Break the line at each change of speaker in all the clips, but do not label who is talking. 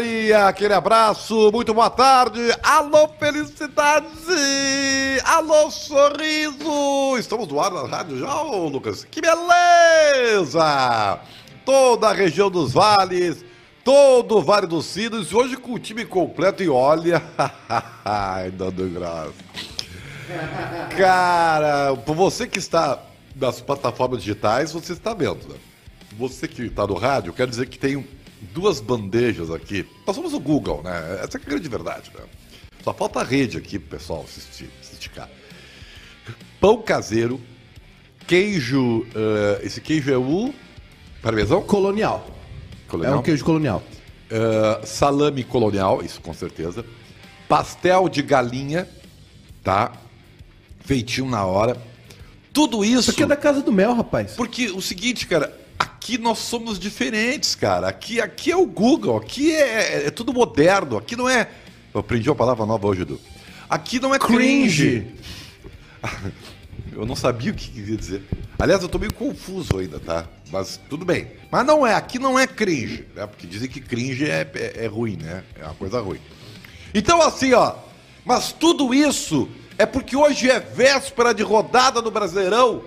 dia, aquele abraço, muito boa tarde. Alô, felicidade! Alô, sorriso! Estamos no ar na rádio já, ô, Lucas? Que beleza! Toda a região dos vales, todo o Vale dos Sinos, e hoje com o time completo e olha, ai, dando graça. Cara, por você que está nas plataformas digitais, você está vendo, né? Você que está no rádio, quero dizer que tem duas bandejas aqui. Nós somos o Google, né? Essa é a grande verdade, né? Só falta a rede aqui, pro pessoal, se esti- se esticar. Pão caseiro, queijo, eh, esse queijo é o parmesão?
Colonial. É
Colonial?
um queijo colonial.
Ah, salame colonial, isso com certeza. Pastel de galinha, tá? Feitinho na hora. Tudo isso.
Isso aqui é da casa do Mel, rapaz.
Porque o seguinte, cara, aqui nós somos diferentes, cara. Aqui, aqui é o Google, aqui é, é tudo moderno, aqui não é. Eu aprendi uma palavra nova hoje, Edu. Aqui não é cringe. Eu não sabia o que queria dizer. Aliás, eu tô meio confuso ainda, tá? Mas tudo bem. Mas não é, aqui não é cringe, né? Porque dizem que cringe é, é, é ruim, né? É uma coisa ruim. Então, assim, ó. Mas tudo isso é porque hoje é véspera de rodada do Brasileirão.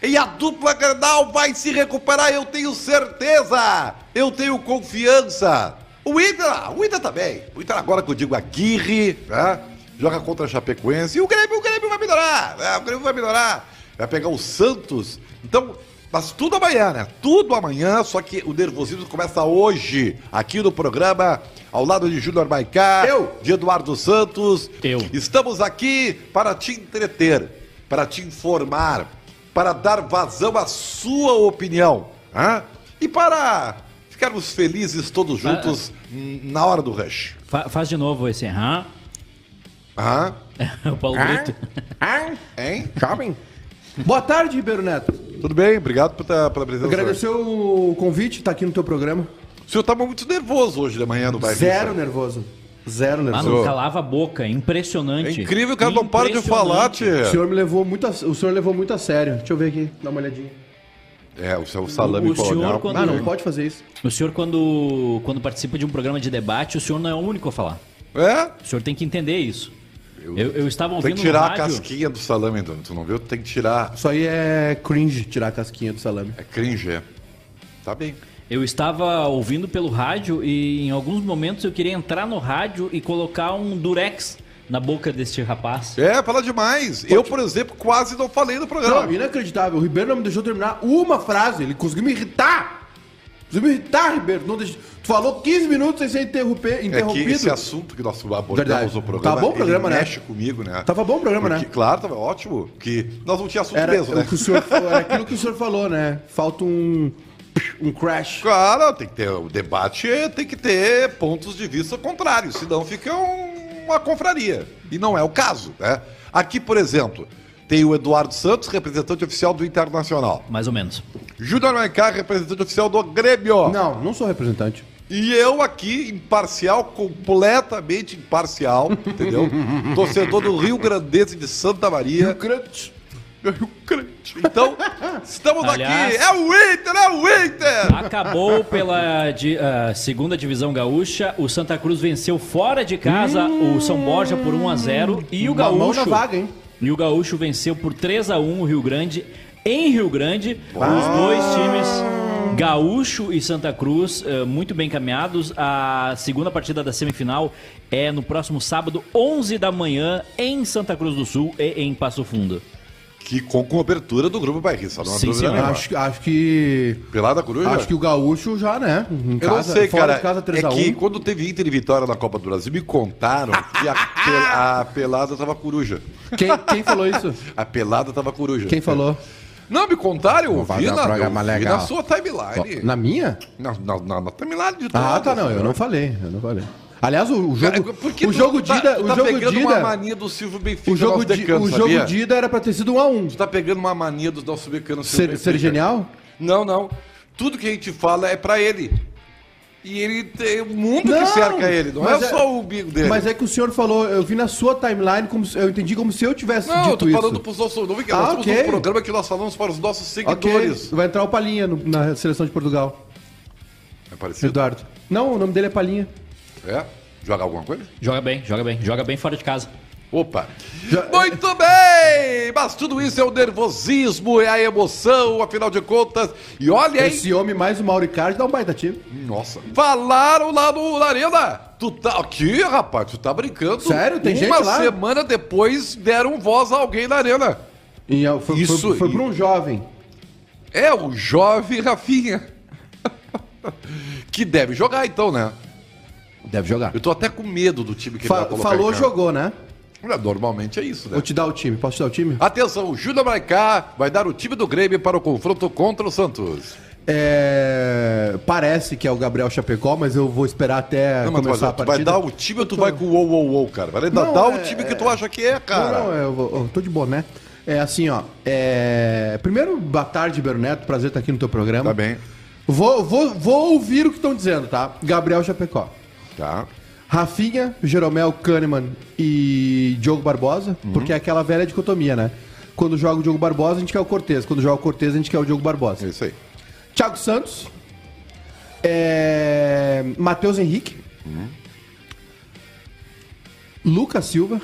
E a dupla Grenal vai se recuperar, eu tenho certeza. Eu tenho confiança. O Inter, ah, o Inter também. O Inter agora que eu digo Aguirre, né? Joga contra a Chapecoense. E o Grêmio, o Grêmio vai melhorar. né? O Grêmio vai melhorar. Vai pegar o Santos. Então, mas tudo amanhã, né? Tudo amanhã, só que o nervosismo começa hoje, aqui no programa, ao lado de Júnior Maicá,
Eu.
de Eduardo Santos.
Eu.
Estamos aqui para te entreter, para te informar, para dar vazão à sua opinião. Hã? E para ficarmos felizes todos
Ah,
juntos hum, na hora do rush.
Fa- faz de novo esse hã?
Hã?
O Paulo
Ah?
Brito.
Hein?
Jovem. Boa tarde, Ribeiro Neto.
Tudo bem, obrigado pela, pela presença.
Agradecer o convite, tá aqui no teu programa.
O senhor estava muito nervoso hoje de manhã no bairro.
Zero nervoso. Zero nervoso.
Mano, Ah, calava a boca. Impressionante.
É incrível, cara, não para de falar,
Impressionante.
O
tia.
senhor me levou muito a, o senhor levou muito a sério. Deixa eu ver aqui, dá uma olhadinha.
É, o seu salame
O senhor,
colonial.
quando-
Ah, não pode fazer isso.
O senhor, quando, quando participa de um programa de debate, o senhor não é o único a falar.
É?
O senhor tem que entender isso. Eu, eu estava
Tem
ouvindo
que tirar
tá no
a
rádio-
casquinha do salame, Antônio. Tu não viu? Tem que tirar.
Isso aí é cringe, tirar a casquinha do salame.
É cringe, é. Tá bem.
Eu estava ouvindo pelo rádio e em alguns momentos eu queria entrar no rádio e colocar um durex na boca deste rapaz.
É, fala demais. Eu, por exemplo, quase não falei no programa. É
Não, inacreditável. O Ribeiro não me deixou terminar uma frase. Ele conseguiu me irritar. Conseguiu me irritar, Ribeiro. Não deixou- Tu falou 15 minutos sem ser interromper,
É que
interrompido.
esse assunto que nós abordamos
Verdade.
no programa,
Tá bom o programa,
ele
né?
mexe comigo, né?
Tava bom o programa,
Porque,
né?
Claro, tava ótimo. Que nós não tínhamos assunto
Era,
mesmo, né?
o que o senhor, era aquilo que o senhor falou, né? Falta um, um crash.
Cara, tem que ter o debate, tem que ter pontos de vista contrários, senão fica um- uma confraria. E não é o caso, né? Aqui, por exemplo, tem o Eduardo Santos, representante oficial do Internacional.
Mais ou menos.
Júnior Maicar, representante oficial do Grêmio.
Não, não sou representante.
E eu aqui, imparcial, completamente imparcial, entendeu? Torcedor do Rio Grandense de Santa Maria.
Grande.
Rio Grande. Então, estamos
Aliás-
aqui. É o Inter, é o Inter!
Acabou pela di- ah, segunda divisão gaúcha. O Santa Cruz venceu fora de casa o São Borja por 1 a 0 e o
Uma mão
gaúcho
na vaga, hein?
E o gaúcho venceu por 3 a 1 o Rio Grande em Rio Grande. Os dois times Gaúcho e Santa Cruz eh, muito bem caminhados. A segunda partida da semifinal é no próximo sábado, 11 da manhã, em Santa Cruz do Sul e em Passo Fundo.
Que com cobertura do Grupo Bairrista, não há
Sim,
dúvida
senhor.
nenhuma.
Acho, acho que.
Pelada Coruja?
Acho que o gaúcho já, né? Em
Eu
casa,
não sei,
fora
cara.
de casa 3
é
a 1
que quando teve Inter e Vitória na Copa do Brasil, me contaram que a, pe- a pelada tava coruja.
Quem, quem falou isso?
A pelada tava coruja.
Quem falou?
Não, me contaram, eu
Vamos
vi
fazer um
na, eu
programa
vi
legal.
na sua timeline.
Na minha?
Na, na, na- na timeline de
Ah,
todas,
tá, não. Eu
né?
não falei. Eu não falei. Aliás, o, o
Cara,
jogo.
por que
o
tu
jogo
tá,
Dida.
tu
o
tá
jogo
pegando uma
Dida.
mania do Silvio Benfica,
O jogo,
nosso
Di-
decano,
o jogo
sabia?
Dida era pra ter sido um a um.
Tu tá pegando uma mania do nosso decano Silvio
Ser, ser
Benfica.
genial?
Não, não. Tudo que a gente fala é pra ele. E ele tem o mundo
Não,
que cerca ele, não é,
mas é-
só o umbigo dele.
Mas é que o senhor falou, eu vi na sua timeline, como se- eu entendi como se eu tivesse
Não, eu
é dito
tô falando
isso.
pros nossos. Não, que
Ah,
nós temos
ok.
um programa que nós falamos para os nossos
Ok,
seguidores.
vai entrar o Palinha no- na seleção de Portugal,
É parecido?
Eduardo. Não, o nome dele é Palinha.
É? Jogar alguma coisa?
Joga bem, joga bem, joga bem fora de casa.
Opa! Muito bem! Mas tudo isso é o nervosismo, é a emoção, afinal de contas. E olha, hein?
Esse homem mais o Mauricardi dá um baita tiro.
Nossa! Falaram lá no Arena! Tu tá aqui, rapaz, tu tá brincando.
Sério? Tem
Uma
gente lá?
semana depois deram voz a alguém na Arena.
E ah, foi,
Isso
foi, foi
e-
pra um jovem.
É o jovem Rafinha. que deve jogar então, né?
Deve jogar.
Eu tô até com medo do time que
Fa-
ele vai colocar.
falou,
em campo.
jogou, né?
Normalmente é isso, né?
Vou te dar o time. Posso te dar o time?
Atenção, o Júnior Maicá vai dar o time do Grêmio para o confronto contra o Santos.
É, Parece que é o Gabriel Chapecó, mas eu vou esperar até
Não, mas tu
começar
vai,
a
tu vai
partida.
dar o time ou tu vai com o ou, ou, ou, cara? Vai dar,
Não,
dar
é-
o time que tu acha que é, cara.
Não, não, eu, vou- eu tô de boné. É assim, ó. é, Primeiro, boa tarde, Bero Neto. Prazer estar aqui no teu programa.
Tá bem.
Vou, vou, vou ouvir o que estão dizendo, tá? Gabriel Chapecó.
Tá.
Rafinha, Jeromel Kahneman e Diogo Barbosa, porque é aquela velha dicotomia, né? Quando joga o Diogo Barbosa, a gente quer o Cortez. Quando joga o Cortez, a gente quer o Diogo Barbosa.
É isso aí.
Thiago Santos. É... Matheus Henrique. Uhum. Lucas Silva.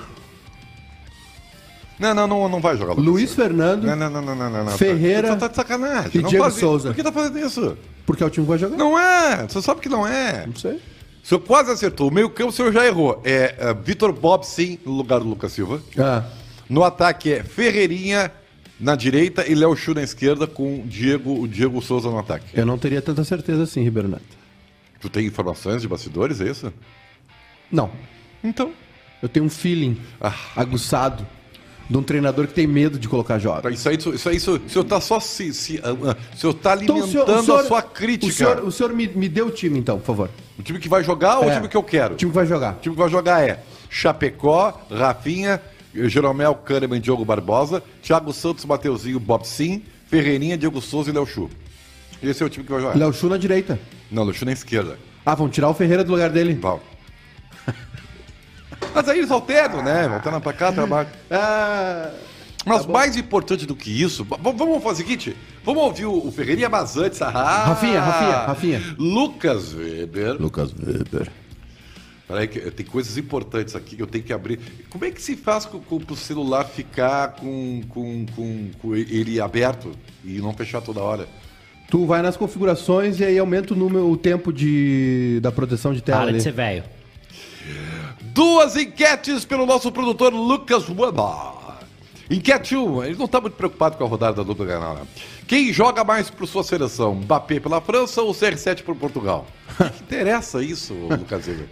Não, não, não, não vai jogar. Lucas.
Luiz Fernando.
Não, não, não, não, não, não, não.
Ferreira
Tu tá de sacanagem.
e
não
Diego
faz isso.
Souza.
Por que tá fazendo isso?
Porque é o time que vai jogar.
Não é. Você sabe que não é.
Não sei.
O senhor quase acertou. O meio campo o senhor já errou. É, é Vitor Bob, sim, no lugar do Lucas Silva.
Ah,
No ataque é Ferreirinha na direita e Léo Chu na esquerda com o Diego, o Diego Souza no ataque.
eu não teria tanta certeza assim, Ribeiro Neto.
Tu tem informações de bastidores, é isso?
Não.
Então.
Eu tenho um feeling Ah. aguçado de um treinador que tem medo de colocar jovem.
tá, Isso aí, isso aí, isso, o senhor tá só se. se ah, ah, o senhor tá
Então,
alimentando a sua crítica.
O senhor, o senhor me, me dê o time, então, por favor.
O time que vai jogar ou
É.
o time que eu quero?
O time que vai jogar.
O time que vai jogar é Chapecó, Rafinha, Jeromel Kahneman, Diogo Barbosa, Thiago Santos, Mateuzinho, Bob Sim, Ferreirinha, Diego Souza e Léo Chu. Esse é o time que vai jogar.
Léo Chu na direita.
Não, Léo Chu na esquerda.
Ah, vão tirar o Ferreira do lugar dele.
Val. Mas aí eles alternam, né? Alternam pra cá, trabalho.
Ah,
Mas mais importante do que isso, v- vamos fazer o seguinte: vamos ouvir o o Ferreirinha Mazantes. Ah,
Rafinha, Rafinha, Rafinha.
Lucas Weber.
Lucas Weber.
Peraí, que tem coisas importantes aqui que eu tenho que abrir. Como é que se faz com, com, pro celular ficar com, com, com, com ele aberto e não fechar toda hora?
Tu vai nas configurações e aí aumenta o número, o tempo de, da proteção de tela
Para
Tá ali.
de ser velho.
Duas enquetes pelo nosso produtor Lucas Weber. Enquete 1, ele não está muito preocupado com a rodada da dupla Granal, né? Quem joga mais por sua seleção? Mbappé pela França ou CR7 por Portugal? O que interessa isso, Lucas Weber?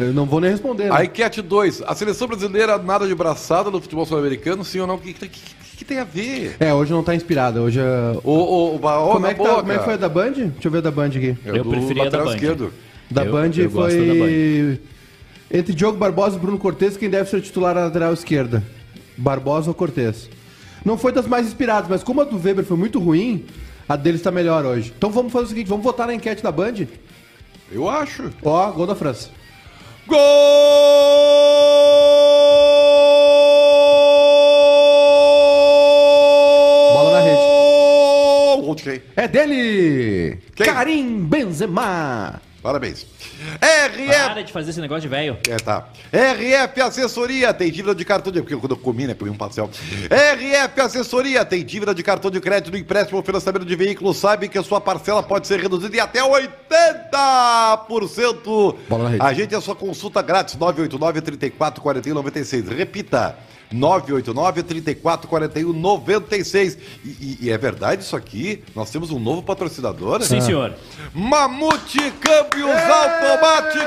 Eu não vou nem responder. né?
A enquete 2, a seleção brasileira nada de braçada no futebol sul-americano, sim ou não? O que, que- que- que tem a ver?
É, hoje não tá inspirada. Hoje é...
Ô, ô, ô, ô,
como,
na
é que tá-
boca.
como é que foi a da Band? Deixa eu ver a da Band aqui.
É
Eu
do
preferi a da
lateral
Band.
esquerdo.
Da
Eu-
Band
eu gosto da
foi. Entre Diogo Barbosa e Bruno Cortes, quem deve ser titular na lateral esquerda? Barbosa ou Cortes? Não foi das mais inspiradas, mas como a do Weber foi muito ruim, a dele está melhor hoje. Então vamos fazer o seguinte: vamos votar na enquete da Band?
Eu acho.
Ó, gol da França.
Gol!
Bola na rede.
Gol! Ok.
É dele!
Quem?
Karim Benzema!
Parabéns.
é
RF.
Para de fazer esse negócio de velho.
É, tá. RF Assessoria tem dívida de cartão de porque quando eu comi, né, comi um pastel. RF Assessoria tem dívida de cartão de crédito, empréstimo ou financiamento de veículos. Sabe que a sua parcela pode ser reduzida em até 80%.
Bola na rede.
A gente é sua consulta grátis 989 34 41 96. Repita. 989 34 41 96. um, E, e- e é verdade isso aqui? Nós temos um novo patrocinador?
Ah.
Sim, senhor.
Mamute Câmbios Automáticos!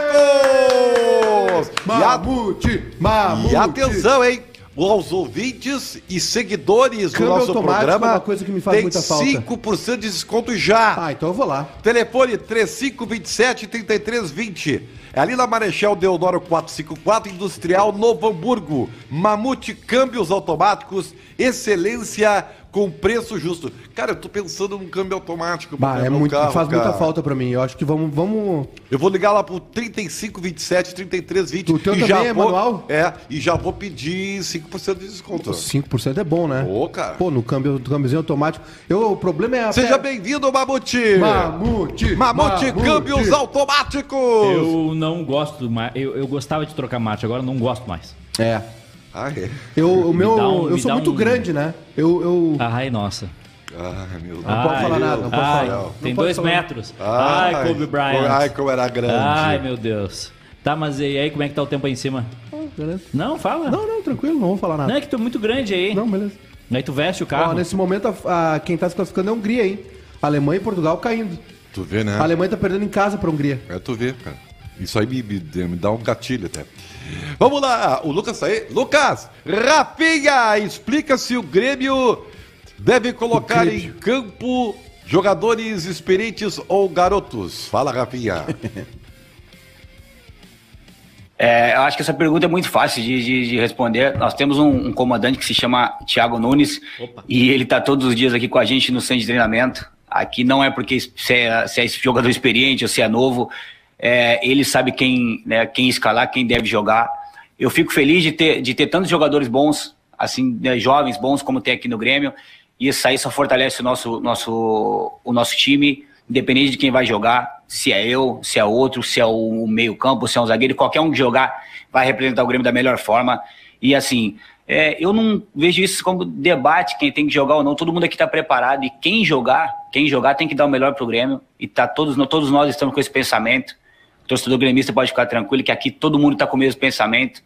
E a-
Mamute! Mamute!
E atenção, hein? Aos ouvintes e seguidores do
Câmbio
nosso
automático
programa,
é uma coisa que me faz
tem
muita falta.
5% de desconto já.
Ah, então eu vou lá.
Telefone 3527-3320. É ali na Marechal Deodoro 454, Industrial Novo Hamburgo. Mamute Câmbios Automáticos, excelência com preço justo. Cara, eu tô pensando num câmbio automático. pra
Bah,
meu
é muito,
um carro,
faz muita
cara.
falta pra mim. Eu acho que vamos. vamos...
Eu vou ligar lá pro 3527, 3320.
O teu também é
vou,
manual?
É, e já vou pedir 5% de desconto.
5% é bom, né?
Ô, cara.
Pô, no câmbio, no câmbiozinho automático. Eu, o problema é a.
Seja bem-vindo, Mamute!
Mamute!
Mamute, Câmbios Automáticos!
Eu não gosto mais. Eu, eu gostava de trocar mate, agora eu não gosto mais.
É.
Ah, é.
Eu, o meu,
dá um-
eu
me
sou
dá
muito
um- Ah.
grande, né? Eu, eu
Ai, nossa.
Ai, meu Deus.
Não
pode falar nada, não pode
ai,
falar.
Tem
Não pode
dois
falar.
metros. Ai, Kobe Bryant.
Ai, como era grande.
Ai, meu Deus. Tá, mas e aí, como é que tá o tempo aí em cima? Não, fala. Não,
Não, não, tranquilo, não vou falar nada.
é que tu é muito grande aí.
Não, beleza.
Aí tu veste o
Ó,
carro.
nesse momento, a- a- quem tá se classificando é a Hungria, hein? Alemanha e Portugal caindo.
Tu vê, né?
A Alemanha tá perdendo em casa pra Hungria.
É, tu vê, cara. Isso aí me, me- me dá um gatilho até. Vamos lá, o Lucas tá aí. Lucas, Rafinha, explica se o Grêmio deve colocar
O Grêmio.
em campo jogadores experientes ou garotos. Fala, Rafinha.
É, eu acho que essa pergunta é muito fácil de, de- de responder. Nós temos um, um comandante que se chama Thiago Nunes
Opa.
e ele está todos os dias aqui com a gente no centro de treinamento. Aqui não é porque se é, se é jogador experiente ou se é novo, é, ele sabe quem, né, quem escalar, quem deve jogar. Eu fico feliz de ter, de ter tantos jogadores bons, assim, né, jovens bons como tem aqui no Grêmio. E isso aí só fortalece o nosso, nosso, o nosso time, independente de quem vai jogar, se é eu, se é outro, se é o meio-campo, se é um zagueiro, qualquer um que jogar vai representar o Grêmio da melhor forma. E assim, é, eu não vejo isso como debate, quem tem que jogar ou não. Todo mundo aqui está preparado e quem jogar, quem jogar tem que dar o melhor pro Grêmio. E tá todos, todos nós estamos com esse pensamento. O torcedor gremista pode ficar tranquilo que aqui todo mundo está com o mesmo pensamento.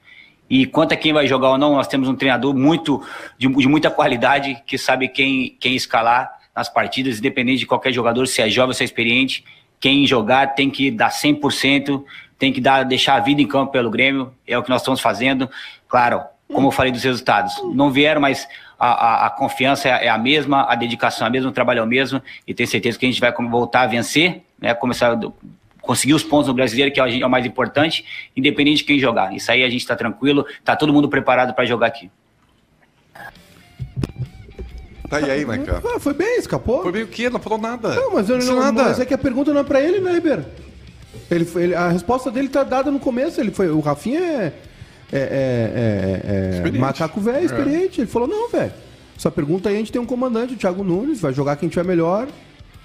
E quanto a quem vai jogar ou não, nós temos um treinador muito de, de muita qualidade que sabe quem, quem escalar nas partidas, independente de qualquer jogador, se é jovem ou se é experiente. Quem jogar tem que dar 100%, tem que dar, deixar a vida em campo pelo Grêmio, é o que nós estamos fazendo. Claro, como eu falei dos resultados, não vieram, mas a, a- a confiança é é a mesma, a dedicação é a mesma, o trabalho é o mesmo, e tenho certeza que a gente vai com- voltar a vencer, né, começar do- conseguir os pontos no brasileiro, que é o é o mais importante, independente de quem jogar. Isso aí a gente está tranquilo, está todo mundo preparado para jogar aqui.
tá e aí, Maica?
Ah, foi bem, escapou.
Foi meio que, não falou nada.
Não, mas eu
Disse
não,
nada.
mas é que a pergunta não é pra ele, né, Ribeiro? Ele, foi- ele- a resposta dele tá dada no começo. Ele foi, o Rafinha é, é- é- é- é
Experiente.
macaco velho, experiente. Ele falou, não, velho. Essa pergunta aí a gente tem um comandante, o Thiago Nunes, vai jogar quem tiver melhor.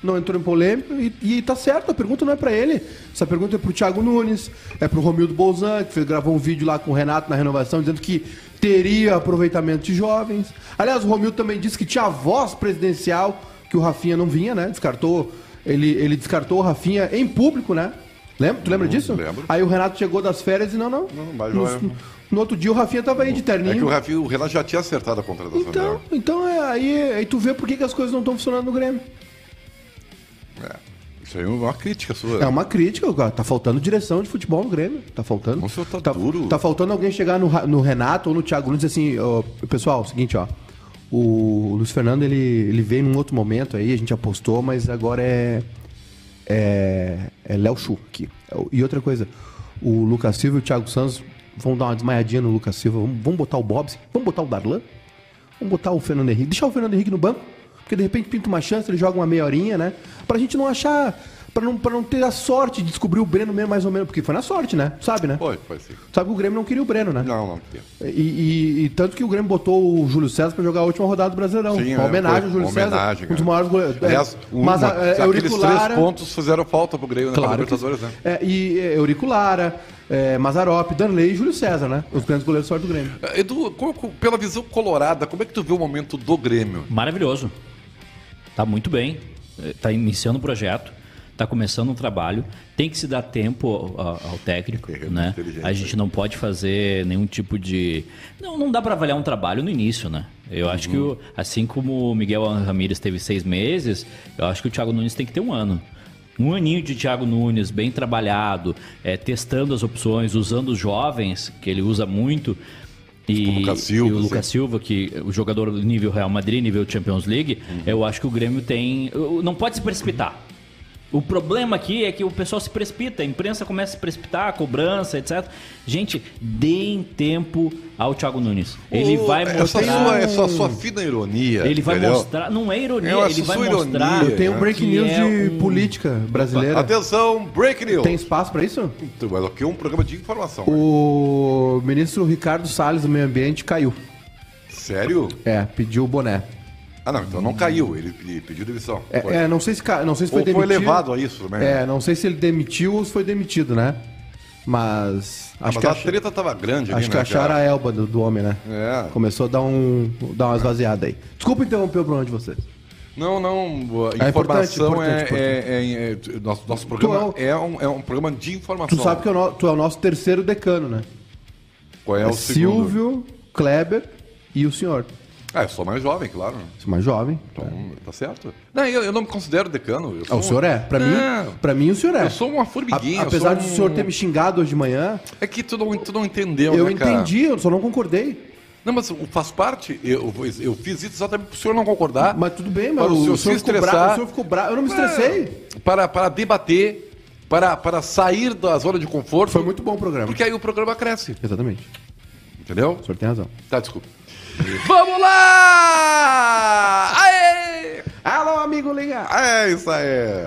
Não entrou em polêmica e, e tá certo, a pergunta não é pra ele. Essa pergunta é pro Thiago Nunes, é pro Romildo Bolzan, que fez- gravou um vídeo lá com o Renato na renovação, dizendo que teria aproveitamento de jovens. Aliás, o Romildo também disse que tinha a voz presidencial, que o Rafinha não vinha, né? Descartou, ele, ele descartou o Rafinha em público, né? Lembra? Tu lembra disso?
Hum, lembro.
Aí o Renato chegou das férias e não, não.
Não, mas
no,
vai-
no outro dia o Rafinha tava aí de terninho.
É que o, Rafinha, o Renato já tinha acertado a contratação
Então,
dele.
então é, aí, aí tu vê por que, que as coisas não estão funcionando no Grêmio.
Isso aí é uma crítica sua.
É uma crítica, cara. Tá faltando direção de futebol no Grêmio. Tá faltando.
Nossa, tá duro.
Tá faltando alguém chegar no, Ra- no Renato ou no Thiago Nunes e dizer assim, ó, pessoal, é o seguinte, ó. O Luiz Fernando, ele, ele veio num outro momento aí, a gente apostou, mas agora é. É. É Léo Chu aqui. E outra coisa, o Lucas Silva e o Thiago Santos vão dar uma desmaiadinha no Lucas Silva. Vamos, vamos botar o Bobs, vamos botar o Darlan, vamos botar o Fernando Henrique. Deixar o Fernando Henrique no banco, porque de repente pinta uma chance, ele joga uma meia horinha, né? Pra gente não achar. Pra não, pra não ter a sorte de descobrir o Breno mesmo, mais ou menos. Porque foi na sorte, né? Sabe, né?
Foi, foi sim.
Sabe que o Grêmio não queria o Breno, né?
Não, não queria.
E, e- e tanto que o Grêmio botou o Júlio César pra jogar a última rodada do Brasileirão.
Sim,
uma
é,
homenagem
foi
ao Júlio
uma
César.
homenagem,
Um dos
cara.
maiores goleiros. É,
Aliás, um
mas a, é,
aqueles
Auriculara-
três pontos fizeram falta pro Grêmio né, na
Claro. que-
Libertadores, né?
É, e é, Auriculara, é, Mazarop, Danley e Júlio César, né? Os grandes goleiros sorte do Grêmio.
É, Edu, como- como- pela visão colorada, como é que tu vê o momento do Grêmio?
Maravilhoso. Tá muito bem. Eh, Tá iniciando o projeto. Tá começando um trabalho. Tem que se dar tempo ao- ao, ao técnico,
É,
né?
inteligente,
A gente não pode fazer nenhum tipo de... Não, não dá para avaliar um trabalho no início, né? Eu acho que,
Uhum.
o- assim como o Miguel Ramírez teve seis meses, eu acho que o Thiago Nunes tem que ter um ano. Um aninho de Thiago Nunes, bem trabalhado, eh, testando as opções, usando os jovens, que ele usa muito. E,
Tipo o Lucas Silva,
e o
assim.
Lucas Silva, que é o jogador nível Real Madrid, nível Champions League, eu acho que o Grêmio tem. eu- Não pode se precipitar. O problema aqui é que o pessoal se precipita, a imprensa começa a se precipitar, a cobrança, etc. Gente, deem tempo ao Thiago Nunes. Ele
Ô,
vai
Essa sua,
mostrar. um-
essa sua fina ironia.
Ele vai
entendeu?
mostrar. Não é ironia,
Eu acho
ele vai
sua ironia.
mostrar.
Eu
Eu tenho um
É,
break
que
news
é
de
um-
política brasileira.
Atenção, break news.
Tem espaço pra isso?
Mas aqui é um programa de informação. né?
O ministro Ricardo Salles do Meio Ambiente caiu.
Sério?
É, pediu o boné.
Ah, não, então não caiu. Ele pe- pediu demissão. Foi.
É, é, não sei se ca- não sei se foi
Ou foi
demitido.
elevado a isso, né?
É, não sei se ele demitiu ou se foi demitido, né? Mas.
Ah,
Acho
mas
que,
a
ach-
treta tava grande ali,
acho que
né,
acharam
cara?
a elba do, do homem, né?
É.
Começou a dar, um, dar uma esvaziada aí. Desculpa interromper o programa de vocês.
Não, não. boa.
É
Informação
importante,
é,
importante,
é- é- é- Nosso, nosso programa
Tu
é um, é um programa de informação.
Tu sabe que é o no- tu é o nosso terceiro decano, né?
Qual é
É
o segundo?
Silvio, Kleber e o senhor.
Ah, eu sou mais jovem, claro.
Você é mais jovem.
Então, tá certo? Não, eu, eu não me considero decano. Eu
Ah,
sou
o senhor é? Pra, mim,
Não.
pra mim, o senhor é.
Eu sou uma formiguinha.
A-
eu
apesar
sou
do
um-
senhor ter me xingado hoje de manhã,
É que tu não, tu não entendeu,
eu
né, cara?
entendi, eu só não concordei.
Não, mas o- faz parte. Eu, eu fiz isso exatamente pro senhor não concordar.
Mas tudo bem, mas
Para o senhor se
ficou
estressar.
bravo, o senhor ficou bravo. Eu não me estressei.
Para, para debater, para, para sair da zona de conforto.
Foi muito bom o programa.
Porque aí o programa cresce,
Exatamente.
entendeu?
O senhor tem razão.
Tá, desculpa. Vamos lá! Aê!
Alô, amigo liga!
É isso aí.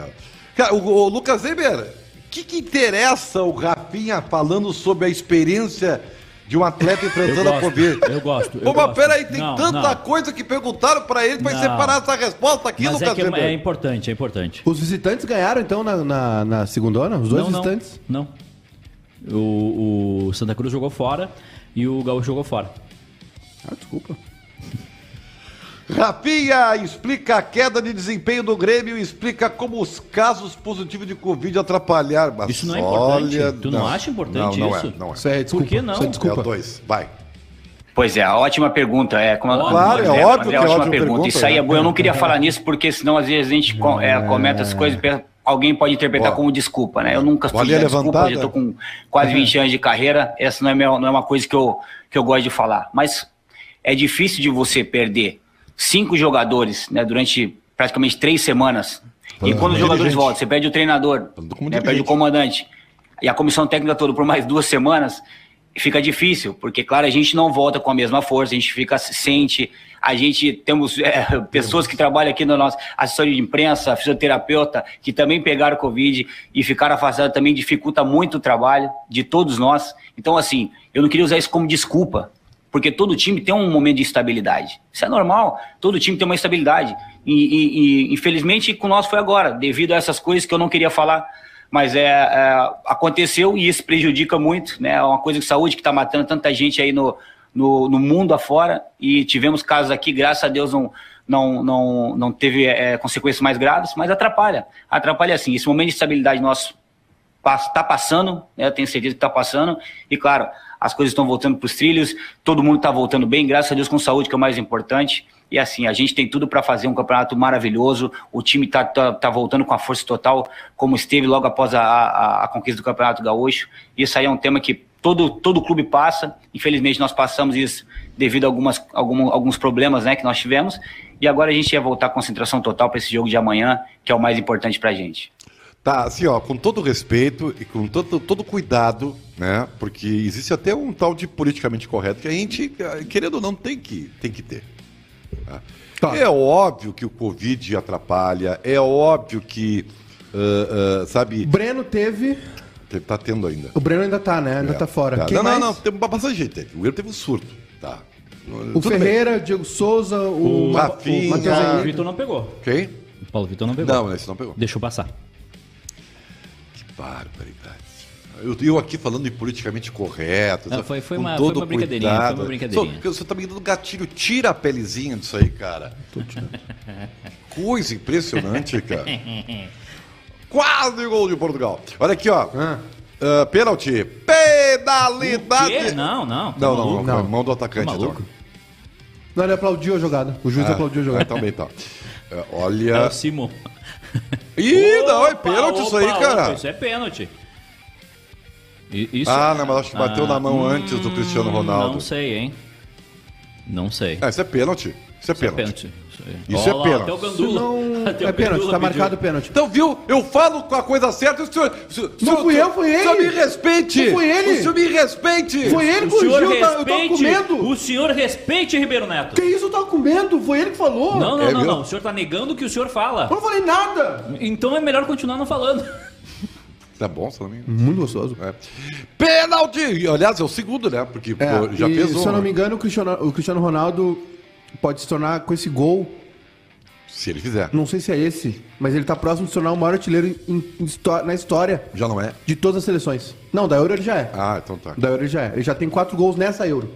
Cara, o, o Lucas Weber, o que, que interessa o Rafinha falando sobre a experiência de um atleta enfrentando
gosto,
a Covid?
eu gosto, eu
Pô, mas
gosto.
peraí, tem
Não,
tanta
não.
coisa que perguntaram pra ele pra
Não.
separar essa resposta aqui,
Mas é
Lucas
que é, é
Weber.
importante, é importante.
Os visitantes ganharam, então, na, na, na segundona? Os dois
não,
visitantes?
Não. não. O, o Santa Cruz jogou fora e o Gaúcho jogou fora.
Ah, desculpa.
Rafinha explica a queda de desempenho do Grêmio e explica como os casos positivos de Covid atrapalharam. Mas
Isso não é importante.
olha,
Tu não acha importante
não, não
isso?
É, não é.
Isso é desculpa.
que não?
Isso é
É o
desculpa.
dois. Vai.
Pois é, ótima pergunta. É, como a-
Claro,
como a
é
André-
óbvio
André,
que é
ótima
ótima
pergunta.
pergunta,
Isso aí
né?
é bom. Eu não queria falar nisso, porque senão às vezes a gente co- é, comenta as coisas e pe- alguém pode interpretar
Ó.
como desculpa, né? Eu nunca
Bolinha
fiz desculpa,
levantada. É.
já tô com quase 20 anos de carreira. Essa não é, minha- não é uma coisa que eu, que eu gosto de falar. Mas é difícil de você perder cinco jogadores né, durante praticamente três semanas. E quando os jogadores voltam, você perde o treinador,
Falando como
né, perde o
dirigente.
comandante e a comissão técnica toda por mais duas semanas, fica difícil, porque, claro, a gente não volta com a mesma força, a gente fica, se sente, a gente temos é, pessoas que trabalham aqui na nossa assessoria de imprensa, fisioterapeuta, que também pegaram Covid e ficaram afastados, também dificulta muito o trabalho de todos nós. Então, assim, eu não queria usar isso como desculpa, porque todo time tem um momento de instabilidade. Isso é normal, todo time tem uma instabilidade. E, e- e, infelizmente com nós foi agora, devido a essas coisas que eu não queria falar. Mas é, é, aconteceu e isso prejudica muito, né? É uma coisa de saúde que está matando tanta gente aí no, no, no mundo afora. E tivemos casos aqui, graças a Deus, não, não, não, não teve é, consequências mais graves, mas atrapalha. Atrapalha assim. Esse momento de instabilidade nosso está passando, né, eu tenho certeza que está passando, e claro, as coisas estão voltando para os trilhos, todo mundo está voltando bem, graças a Deus com saúde, que é o mais importante, e assim, a gente tem tudo para fazer um campeonato maravilhoso, o time está tá, tá voltando com a força total, como esteve logo após a, a, a conquista do Campeonato Gaúcho, isso aí é um tema que todo, todo clube passa, infelizmente nós passamos isso devido a algumas, algum, alguns problemas né, que nós tivemos, e agora a gente ia voltar à concentração total para esse jogo de amanhã, que é o mais importante para a gente.
Tá, assim, ó, com todo respeito e com todo, todo cuidado, né? Porque existe até um tal de politicamente correto que a gente, eh, querendo ou não, tem que, tem que ter. tá?
Tá.
É óbvio que o Covid atrapalha, é óbvio que, ah, ah, sabe,
Breno teve.
tá tendo ainda.
O Breno ainda tá, né? Ainda tá fora. Quem
É. Não, não,
mais?
não, tem bastante gente. teve. O Will teve um surto, tá.
O Ferreira, Diego Souza, o,
O
Ma-
Rafinha.
o Matheus
O
Ah.
Henrique.
Vitor não pegou.
Quem?
O Paulo Vitor não pegou.
Não, esse não pegou.
Deixou passar.
Que barbaridade. Eu, eu aqui falando de politicamente correto.
Não,
sabe?
foi- foi
Com
uma-
todo
foi uma brincadeirinha,
cuidado.
foi uma brincadeirinha.
Só- porque Você tá me dando gatilho, tira a pelezinha disso aí, cara. Que Coisa impressionante, cara. Quase gol de Portugal. Olha aqui, ó. Ah, pênalti.
Quê?
Penalidade.
Não, não. tá
Não,
maluco.
não, não,
Não.
foi Mão do atacante,
Tá
então.
maluco?
Não, ele aplaudiu a jogada. O juiz
Ah,
aplaudiu a jogada.
ah, Também tá. É,
É
Olha.
o Simon.
Ih, não, é
Opa,
pênalti isso aí,
opa, opa,
cara.
Isso é pênalti. I- Isso
Ah, não, mas acho que bateu
Ah, hum,
na mão antes do Cristiano Ronaldo.
Não sei, hein? Não sei.
Ah, isso é pênalti. Isso é pênalti.
Pênalti.
Isso é
Ó lá,
pênalti.
Até o
Isso
Gandula.
não.
até o
É pênalti,
Gandula
tá
pediu.
marcado o pênalti.
Então, viu? Eu falo com a coisa certa, o senhor. O senhor
Não
o
fui
senhor-
eu, foi ele.
O senhor me respeite!
Não foi ele.
O senhor me respeite!
Foi ele
O
que corrigiu,
senhor
tá- eu tava- eu tava com
respeite.
medo.
O senhor respeite, Ribeiro Neto.
Que isso, eu tava com medo? Foi ele que falou.
Não, não,
É,
não,
viu?
não. O senhor tá negando o que o senhor fala.
Eu não falei nada.
Então é melhor continuar não falando.
Tá bom, Salaminho.
Muito gostoso.
É. Pênalti! Aliás, é o segundo, né? Porque pô, já
É, e,
fez um.
Se eu não
né?
me engano, o Cristiano, o Cristiano Ronaldo pode se tornar, com esse gol,
Se ele quiser.
Não sei se é esse, mas ele tá próximo de se tornar o maior artilheiro em- em histó- na história
Já não é?
de todas as seleções. Não, da Euro ele já é.
Ah, então tá.
Da Euro ele já é. Ele já tem quatro gols nessa Euro.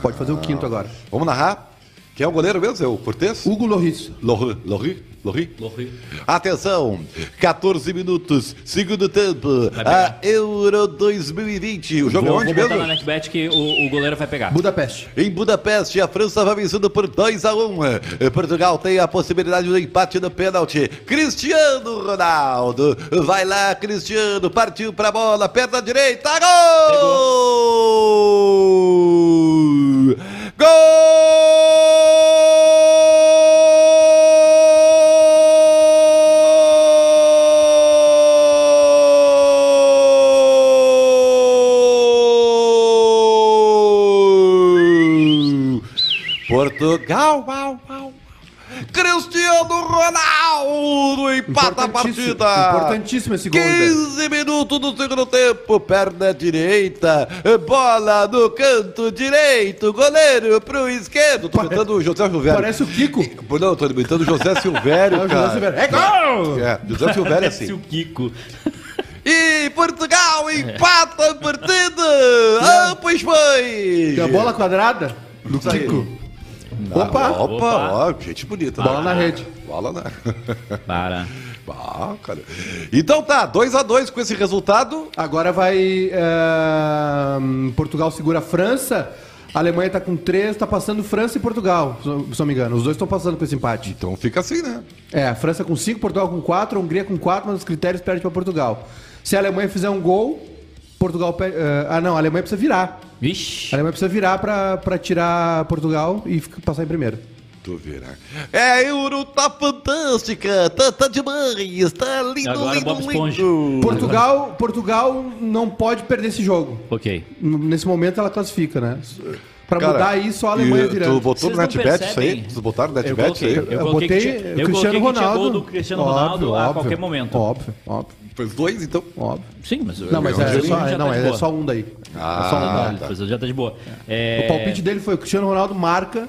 Pode fazer o
Ah.
quinto agora.
Vamos narrar? Quem é o goleiro mesmo? É o Cortez?
Hugo Loris.
Lorri, Lorri, Lorri. Atenção, 14 minutos, segundo tempo, a Euro 2020. O jogo é
Vou,
onde
vou botar na
mesmo?
NetBet que o, o goleiro vai pegar.
Budapeste.
Em Budapeste, a França vai vencendo por 2 a 1. Portugal tem a possibilidade do empate no pênalti. Cristiano Ronaldo. Vai lá, Cristiano. Partiu pra bola. Perna direita. Gol! Gol! Portugal, au, au. Cristiano Ronaldo empata a
Importantíssimo-
partida.
Importantíssimo esse gol. né? velho.
15 minutos do segundo tempo, perna direita, bola no canto direito, goleiro pro esquerdo. Tô imitando o José Silvério.
Parece o Kiko.
Não, tô imitando o José
É o
Silvério,
José Silvério.
cara.
É gol!
É, José Silvério é assim.
Parece o Kiko.
E Portugal empata a partida! Ah, pois foi!
Tem a bola quadrada do
Isso aí.
Kiko.
Opa!
Opa!
Opa, ó, gente bonita. né?
Bola na rede.
Bola na...
Para.
Ah, cara. Então tá, 2x2 com esse resultado.
Agora vai. eh, Portugal segura a França. A Alemanha tá com três, tá passando França e Portugal, se eu- se eu não me engano. Os dois estão passando por esse empate.
Então fica assim, né?
É, a França com cinco, Portugal com quatro, a Hungria com quatro, mas os critérios perde pra Portugal. Se a Alemanha fizer um gol, Portugal. pe- eh, ah, não, a Alemanha precisa virar. A
Vixe.
Alemanha precisa virar pra, pra tirar Portugal e fica- passar em primeiro.
Tu verá. É, Euro tá fantástica, tá, tá demais, tá lindo,
Agora
lindo,
Bob Esponja.
lindo.
Portugal, Portugal não pode perder esse jogo.
Ok.
N- Nesse momento ela classifica, né? Pra
Cara,
mudar isso, só a Alemanha
e
virando.
Tu botou
Vocês
no
não
NetBet isso aí?
percebem? É.
Vocês botaram no
Eu
NetBet isso
coloquei.
aí?
Eu
Eu botei
coloquei que tinha-
Cristiano
eu coloquei que tinha
Ronaldo.
gol do Cristiano Ronaldo a qualquer momento.
Óbvio, óbvio.
Fez dois, então?
óbvio.
Sim, mas...
Não, mas
o
é,
jogo
só,
já
é,
tá
não,
de
é,
boa.
só um daí. é só um
Ah,
detalhe.
Tá, depois já tá de boa. É,
O palpite dele foi: o Cristiano Ronaldo marca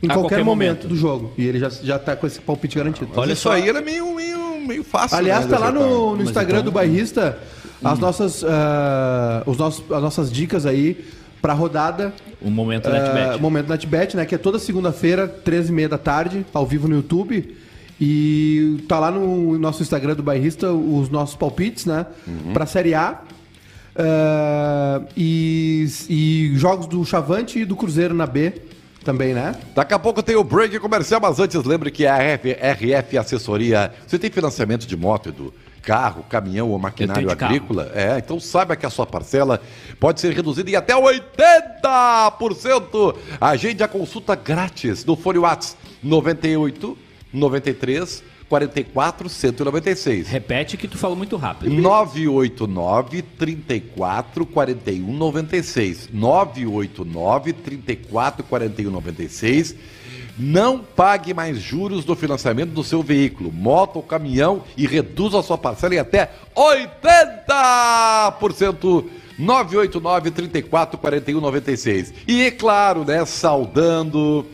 em
A
qualquer,
qualquer
momento,
momento.
do jogo. E ele já, já tá com esse palpite garantido.
Olha
Olha
isso
só.
aí era meio, meio, meio fácil.
Aliás, tá um-
né,
Hum. lá
de acertar.
no, no
Mas
Instagram
então-
do Bairrista as, nossas, ah, os nossos, as nossas dicas aí pra rodada.
Um momento
Ah,
NetBet.
momento NetBet, né? Que é toda segunda-feira, 13h30 da tarde, ao vivo no YouTube. E tá lá no nosso Instagram do Bairrista os nossos palpites, né? Pra Série A. Ah, e, e jogos do Chavante e do Cruzeiro na B também, né?
Daqui a pouco tem o break comercial, mas antes lembre que a RF, RF Assessoria. Você tem financiamento de moto, Edu? Carro, caminhão ou maquinário
de carro.
agrícola? É, então saiba que a sua parcela pode ser reduzida em até 80%. Agende a consulta grátis no Fone Whats 98 93 44 196.
Repete que tu falou muito rápido.
989 34 41 96. 989 34 41 96. Não pague mais juros do financiamento do seu veículo, moto ou caminhão e reduza a sua parcela em até 80%. 989 34 41 96. um, E é claro, né, saudando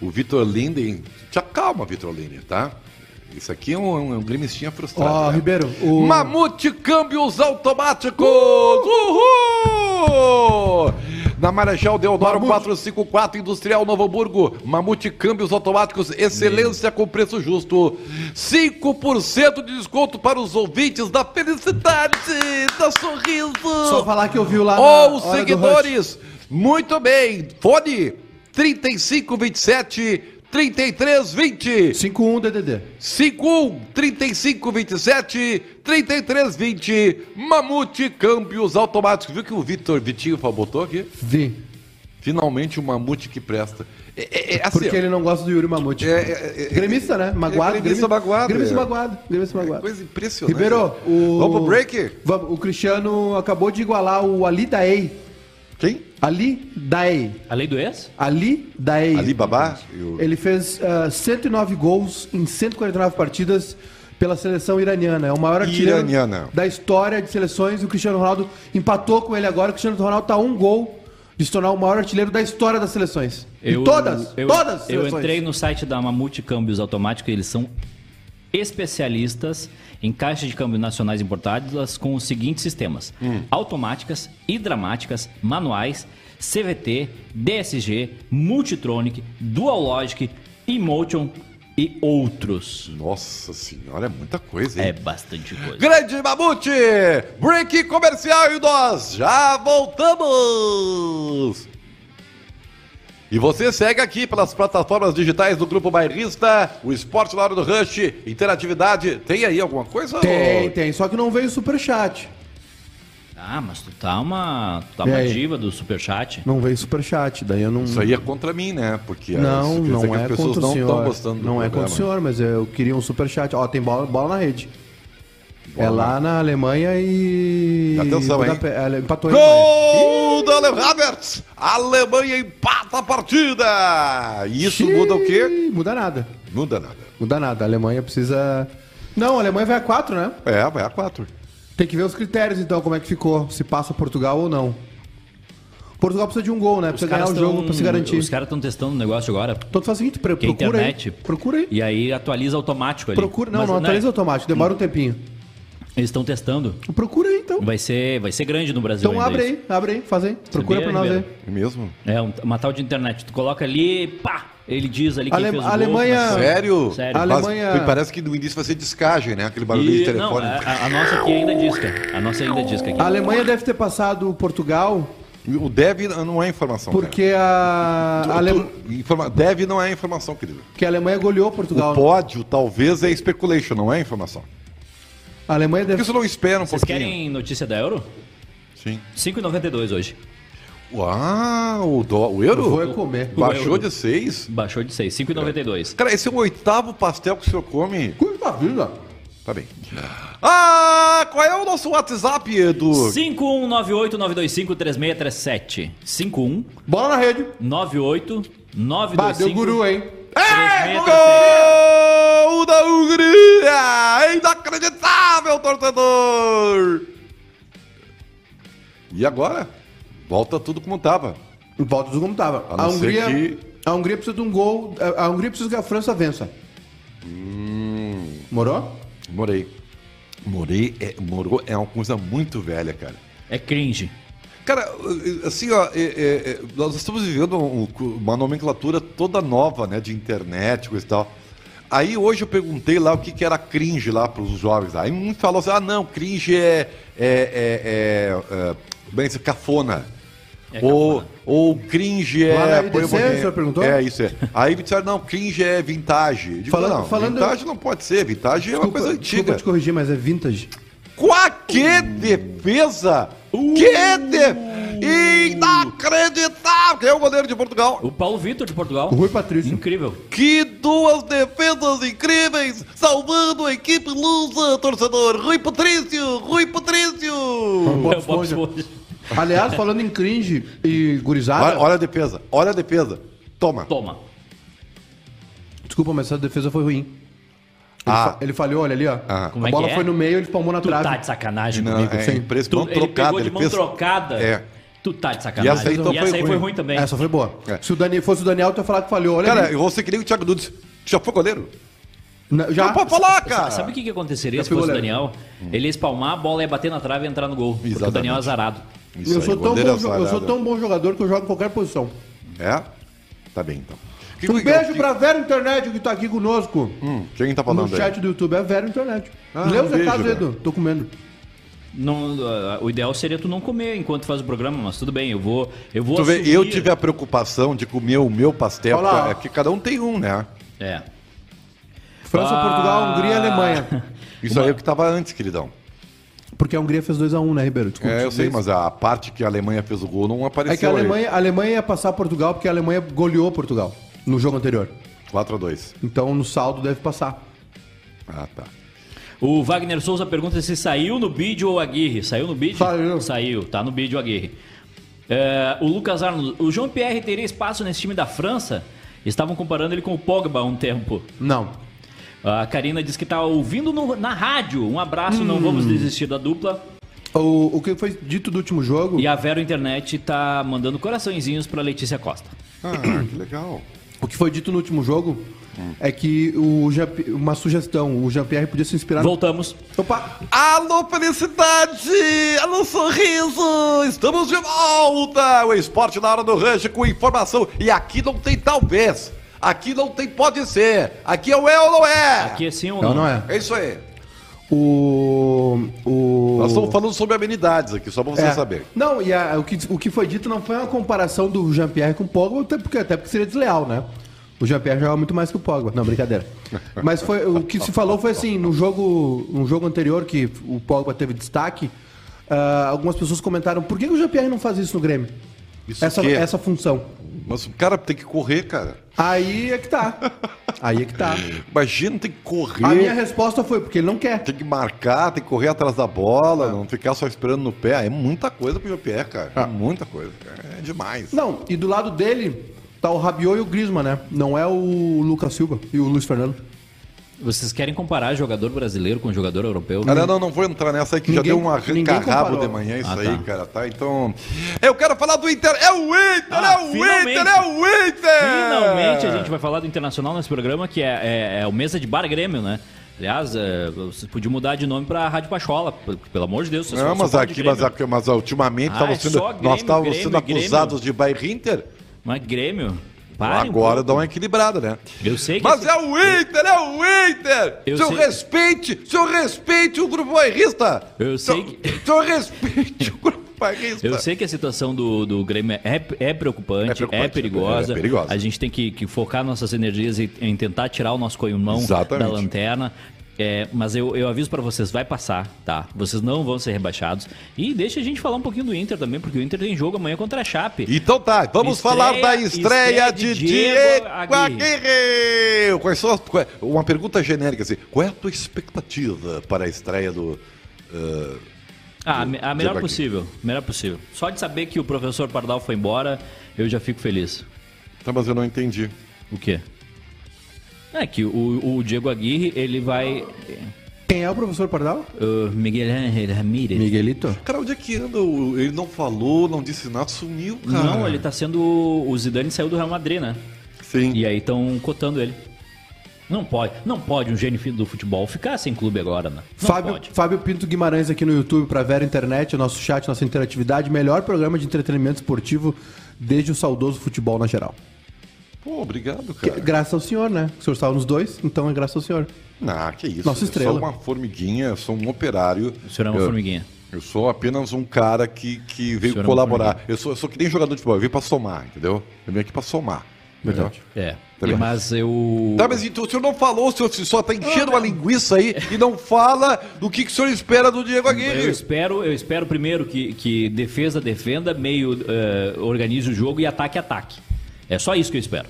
o Vitor Linden. Te acalma, Vitor Linden, tá? Isso aqui é um, é um, é um gremistinha frustrado.
Ó,
né?
Ribeiro, o-
Mamute Câmbios Automáticos! Uhul! Na Marechal Deodoro 454 Industrial Novo Hamburgo. Mamute Câmbios Automáticos, excelência com preço justo. 5% de desconto para os ouvintes da felicidade, da sorriso.
Só falar que eu vi lá na
Ou
hora do Rush.
seguidores, muito bem. Fone 3527 3320.
5-1 DDD.
51 3527 3320 Mamute Câmbios Automáticos. Viu que o Vitor Vitinho botou aqui?
Vi.
Finalmente um mamute que presta. É, é, é assim,
Porque ele não gosta do Yuri Mamute.
É, é, é,
gremista, né? Magoado.
é gremista magoado,
Gremista
é.
magoado. Gremista
ó,
magoado.
coisa impressionante.
Ribeiro, o...
Vamos pro break?
Vamos, O Cristiano acabou de igualar o Ali Daei.
Quem?
Ali Daei.
A lei do ex?
Ali Daei.
Ali Babá? Eu-
Ele fez ah, 109 gols em 149 partidas pela seleção iraniana. É o maior artilheiro
Iraniana.
da história de seleções. O Cristiano Ronaldo empatou com ele agora. O Cristiano Ronaldo tá a um gol de de se tornar o maior artilheiro da história das seleções.
Eu-
de todas,
eu-
todas as
Eu
seleções.
entrei no site da Mamute Câmbios Automático e eles são especialistas em caixas de câmbio nacionais importadas com os seguintes sistemas:
Hum.
automáticas, hidramáticas, manuais, CVT, DSG, Multitronic, Dual Logic, Emotion e outros.
Nossa senhora, é muita coisa, hein?
É bastante coisa.
Grande Mamute! Break comercial e nós já voltamos! E você segue aqui pelas plataformas digitais do Grupo Bairrista, o Esporte na Hora do Rush, Interatividade. Tem aí alguma coisa?
Tem,
ô?
tem. Só que não veio o superchat.
Ah, mas tu tá uma, tu tá
E
uma
aí?
diva do superchat.
Não veio o superchat. Daí eu não.
Isso aí é contra mim, né? Porque
Não,
quer dizer
não
que
é contra o
não
senhor.
gostando do
não é
programa.
contra o senhor, mas eu queria um superchat. Ó, tem bola, bola na rede.
Bola
é lá na Alemanha e.
Atenção, hein?
Budape- ela Empatou a Alemanha.
Gol do Ale Havertz! A Alemanha empata a partida! E isso
Xiii,
muda o quê?
Muda nada.
Muda nada.
Muda nada. A Alemanha precisa. Não, a Alemanha vai a 4, né?
É, vai a quatro.
Tem que ver os critérios, então, como é que ficou. Se passa Portugal ou não. Portugal precisa de um gol, né? Precisa ganhar o
caras
jogo
tão-
pra se garantir.
Os caras estão testando o negócio agora.
Então tu faz o seguinte, pre-
Que
procura
a internet.
aí. Procura aí.
E aí atualiza automático ali.
Procura, não,
Mas,
não
né,
atualiza automático, demora um tempinho.
Eles estão testando.
Procura aí então.
Vai ser, vai ser grande no Brasil
Então
ainda é
abre
isso.
aí, abre aí, faz aí. Procura pra nós aí.
Ribeiro?
É mesmo?
É um- uma tal de internet. Tu coloca ali, pá, ele diz ali quem
Ale-
fez o
Alemanha-
gol. mas-
Sério?
Sério.
A Alemanha-
Mas Parece que no início vai ser descagem, né? Aquele barulho de
E, não,
telefone.
é.
a, a- a nossa aqui ainda disca. A nossa ainda disca aqui.
A Alemanha deve ter passado Portugal,
O deve não é informação.
porque a, a,
cara.
Ale-
Tu- informa- Deve não é informação, querido.
que a Alemanha goleou Portugal.
O pódio talvez é speculation, não é informação.
A Alemanha
Por que
deve.
você não espera um
Vocês
pouquinho?
querem notícia da Euro?
Sim.
5,92 hoje.
Uau, o, dó, o euro?
Eu vou é comer.
Baixou
O euro.
de 6?
Baixou de 6, 5,92.
Cara, esse é o oitavo pastel que o senhor come.
Coisa vida.
Tá bem. Ah, qual é o nosso WhatsApp, Edu?
51989253637. 51
Bola na rede.
98
Bah, deu
925
guru, hein?
É
3637.
gol da Hungria! É inacreditável, torcedor! E agora? Volta tudo como tava.
Volta dos como tava.
A
A,
não ser
Hungria.
que-
A Hungria precisa de um gol. a- A Hungria precisa que a França vença.
Hum.
Morou?
Morei. Morei é, morou é uma coisa muito velha, cara.
É cringe.
Cara, assim, ó, é, é, é, nós estamos vivendo um- uma nomenclatura toda nova, né, de internet, coisa e tal. Aí hoje eu perguntei lá o que, que era cringe lá para os jovens. Aí um falou assim: ah, não, cringe é. é, é, é, é como é que se- cafona.
É
ou,
cafona.
ou cringe é.
Lá na IDC,
põe uma-
o senhor perguntou?
É, isso é. Aí me disseram: não, cringe é vintage. Eu digo,
Falando-
não,
falando-
vintage não pode ser, vintage é uma coisa antiga.
Desculpa te corrigir, mas é vintage.
Qua que defesa! Que de... Inacreditável! Quem é o goleiro de Portugal?
O Paulo Vitor de Portugal.
O Rui Patrício.
Incrível.
Que duas defesas incríveis! Salvando a equipe lusa, torcedor! Rui Patrício! Rui Patrício!
Bob
É o Bob
Esponja.
Esponja.
Aliás, falando em cringe e gurizada.
Olha, olha a defesa, olha a defesa. Toma.
Toma.
Desculpa, mas essa defesa foi ruim. Ele,
Ah.
fa- ele falhou, olha ali, ó.
Ah.
Como
a
é
bola
que é?
foi no meio, ele palmou na
Tu
trave.
tá de sacanagem
Não,
comigo.
é
sim.
impressa,
Tu,
mão
ele
trocada.
pegou de mão
fez-
trocada.
É.
Tu tá de sacanagem.
E essa aí então foi
foi
ruim.
ruim também.
Essa foi boa.
É.
Se o Dani, fosse o Daniel, tu ia falar que falhou. Olha
Cara,
ali.
eu vou ser que nem o Thiago Dudes. Já foi goleiro?
Na- já...
Não pode falar, cara!
Ah. Sabe o que, que aconteceria
Já
se
fui
fosse o
goleiro.
Daniel? Ele ia espalmar, a bola ia bater na trave e entrar no gol. Porque o
Exatamente.
Daniel é azarado.
Isso
eu,
aí,
sou tão
goleiro
bom, jo- eu sou
azarado.
tão bom jogador que eu jogo em qualquer posição.
É? Tá bem, então. Que-
Um
que-
beijo
que-
pra Vera Internet que tá aqui conosco.
Hum, Quem tá falando
no
aí?
chat do YouTube, é a Vera Internet.
Ah,
Leu
um
os
beijo,
recados,
Vera.
Edu. Tô comendo.
Não, ah, o ideal seria tu não comer enquanto faz o programa, mas tudo bem, eu vou. Eu vou
Tu vê,
assumir-
eu tive a preocupação de comer o meu pastel,
Olha lá.
porque, é que cada um tem um, né?
É.
França,
Ah.
Portugal, Hungria e Alemanha.
Isso aí é o que tava antes, queridão.
Porque a Hungria fez 2x1, né, Ribeiro? Desculpa,
É, eu
te
sei,
dizer
mas a parte que a Alemanha fez o gol não apareceu.
É que a Alemanha, a Alemanha ia passar Portugal porque a Alemanha goleou Portugal no jogo anterior.
4x2.
Então no saldo deve passar.
Ah, tá.
O Wagner Souza pergunta se saiu no vídeo ou Aguirre. Saiu no vídeo?
Saiu.
Saiu, tá no vídeo Aguirre. É, o Lucas Arnold, o João Pierre teria espaço nesse time da França? Estavam comparando ele com o Pogba há um tempo.
Não.
Hum.
A Karina diz que tá ouvindo no- na rádio. Um abraço, não vamos desistir da dupla.
O, o que foi dito do último jogo.
E a Vero Internet tá mandando coraçõezinhos pra Letícia Costa.
Ah, que legal.
O que foi dito no último jogo é que o Jean- uma sugestão, o Jean-Pierre podia se inspirar. no.
Voltamos.
Opa!
Alô, felicidade! Alô, sorriso! Estamos de volta! O esporte na hora do rancho com informação. E aqui não tem talvez. Aqui não tem pode ser. Aqui é o é ou não é.
Aqui é sim ou
Não,
não?
não é.
É isso aí.
O. O.
Nós estamos falando sobre amenidades aqui, só pra você
É.
saber.
Não, e a- o, que, o que foi dito não foi uma comparação do Jean-Pierre com o Pogba, até porque, até porque seria desleal, né? O Jean-Pierre joga muito mais que o Pogba. Não, brincadeira. Mas foi, o que se falou foi assim, no jogo, no jogo anterior que o Pogba teve destaque, ah, algumas pessoas comentaram, por que, que o Jean-Pierre não faz isso no Grêmio?
Isso
Essa,
o quê?
essa função.
Mas o cara tem que correr, cara.
Aí é que tá. Aí é que tá.
Imagina, tem que correr.
A minha resposta foi, porque ele não quer.
Tem que marcar, tem que correr atrás da bola,
É.
não ficar só esperando no pé. É muita coisa pro Jean-Pierre, cara. É muita coisa. cara. É demais.
Não, e do lado dele tá o Rabiot e o Griezmann, né? Não é o Lucas Silva e o Luiz Fernando.
Vocês querem comparar jogador brasileiro com jogador europeu?
Cara, não, não vou entrar nessa aí que já
Ninguém-
deu um
ninguém
arranca-rabo
comparou.
de manhã isso
Ah,
aí,
tá.
cara, tá? Então, eu quero falar do Inter. É o Inter,
Ah,
é o
finalmente.
Inter, é o Inter!
Finalmente a gente vai falar do Internacional nesse programa, que é, é- é o Mesa de Bar Grêmio, né? Aliás, é, vocês podiam mudar de nome pra Rádio Pachola, p- pelo amor de Deus. vocês
Não,
só
mas
falam de
aqui, mas,
Grêmio.
aqui- mas ultimamente
Ah,
estavam
é
sendo,
só
nós
Grêmio,
estávamos
Grêmio,
sendo acusados de bairro Inter.
Mas Grêmio, pare um
Agora
pouco.
dá uma equilibrada, né?
Eu sei que...
Mas
esse-
é o Inter, é o Inter!
Eu
Seu
sei-
respeite, seu respeite o grupo bairrista!
Eu
Seu-
sei que-
Seu respeite o grupo bairrista!
Eu sei que a situação do, do Grêmio é, é preocupante,
É
é,
preocupante,
perigosa.
é perigosa.
A gente tem que, que focar nossas energias e, em tentar tirar o nosso coimão
Exatamente.
da lanterna. É, mas eu, eu aviso pra vocês, vai passar, tá? Vocês não vão ser rebaixados. E deixa a gente falar um pouquinho do Inter também, porque o Inter tem jogo amanhã contra a Chape.
Então tá, vamos
Estreia-
falar da estreia,
estreia
de
de
Diego
Diego
Aguirre. Quais são as- qual é- uma pergunta genérica assim, qual é a tua expectativa para a estreia do... eh,
Ah, a, me- a melhor
Diego Aguirre.
possível, melhor possível. Só de saber que o professor Pardal foi embora, eu já fico feliz.
Tá, mas eu não entendi.
O quê? É que o, o Diego Aguirre, ele vai...
Quem é o professor Pardal?
Uh, Miguel Ángel Ramírez.
Miguelito.
Cara, onde é que anda? o- Ele não falou, não disse nada, sumiu, cara.
Não, ele tá sendo. O Zidane saiu do Real Madrid, né?
Sim.
E aí estão cotando ele. Não pode, não pode um gênio do futebol ficar sem clube agora, né? Não
Fábio,
pode.
Fábio Pinto Guimarães aqui no YouTube pra Vera Internet, o nosso chat, nossa interatividade, melhor programa de entretenimento esportivo desde o saudoso futebol na geral.
Pô, obrigado,
Que-
cara.
graças ao senhor, né? O senhor estava nos dois, então é graças ao senhor.
Ah, que isso.
Nossa
Eu
estrela.
sou uma formiguinha, eu sou um operário.
O senhor é uma
eu,
formiguinha.
Eu sou apenas um cara que, que veio
senhor é uma
colaborar. Eu sou, eu sou que nem jogador de futebol, eu vim pra somar, entendeu? Eu vim aqui pra somar. Verdade.
É.
Tá
Também.
Mas eu.
Tá, mas então o senhor não falou, o senhor só tá enchendo uma linguiça aí e não fala do que, que o senhor espera do Diego
Eu
Aguirre.
espero, eu espero primeiro que, que defesa defenda, meio eh, organize o jogo e ataque ataque. É só isso que eu espero.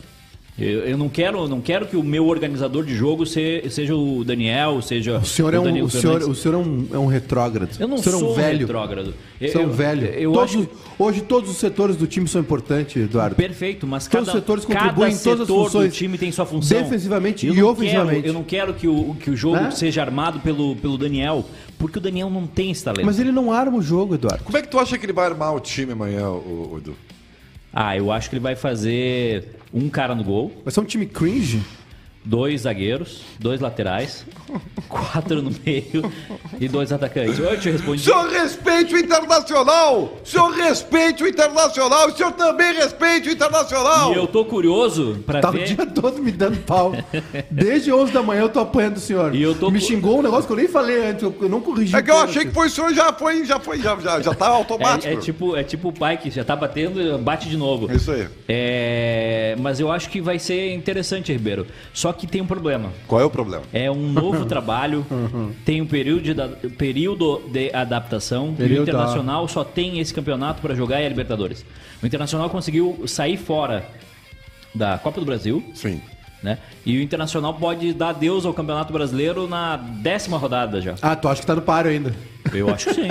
Eu, eu não quero, não quero que o meu organizador de jogo se- seja o Daniel, seja
O senhor é um,
Danilo
o senhor,
Fernandes.
o senhor é um, é um retrógrado.
Eu não
o senhor
sou
é
um
um velho.
retrógrado. Eu-
São
eu-
um velho.
eu
Todos-
acho-
Hoje todos os setores do time são importantes, Eduardo.
Perfeito, mas
Todos
cada,
os setores
cada
contribuem em todas as
setor
funções.
do time tem sua função.
Defensivamente e
não
ofensivamente.
Quero, eu não quero que o, que o jogo
Né?
seja armado pelo, pelo Daniel, porque o Daniel não tem esse talento.
Mas ele não arma o jogo, Eduardo.
Como é que tu acha que ele vai armar o time amanhã, o, o Edu?
Ah, eu acho que ele vai fazer um cara no gol,
Vai ser um time cringe?
dois zagueiros, dois laterais, quatro no meio e dois atacantes. Eu te
O
respondi.
senhor respeite o internacional! O senhor respeite o internacional! O senhor também respeite o internacional!
E eu tô curioso pra
Tá o
ver. é,
dia todo me dando pau. Desde 11 da manhã eu tô apanhando o senhor.
E eu tô
Me
co-
xingou um negócio que eu nem falei antes, eu eu não corrigi.
É que eu
antes.
achei que foi o senhor, já foi, já foi, já, já, já tá automático.
É, é tipo, é tipo o pai que já tá batendo, bate de novo.
É isso aí.
É, mas eu acho que vai ser interessante, Ribeiro. Só que tem um problema.
Qual é o problema?
É um novo trabalho, tem um período de, da- período de adaptação e
Período
o
da-
Internacional só tem esse campeonato para jogar e a Libertadores. O Internacional conseguiu sair fora da Copa do Brasil,
Sim.
né? E o Internacional pode dar adeus ao Campeonato Brasileiro na décima rodada já.
Ah, tu acha que tá no páreo ainda.
Eu acho que sim.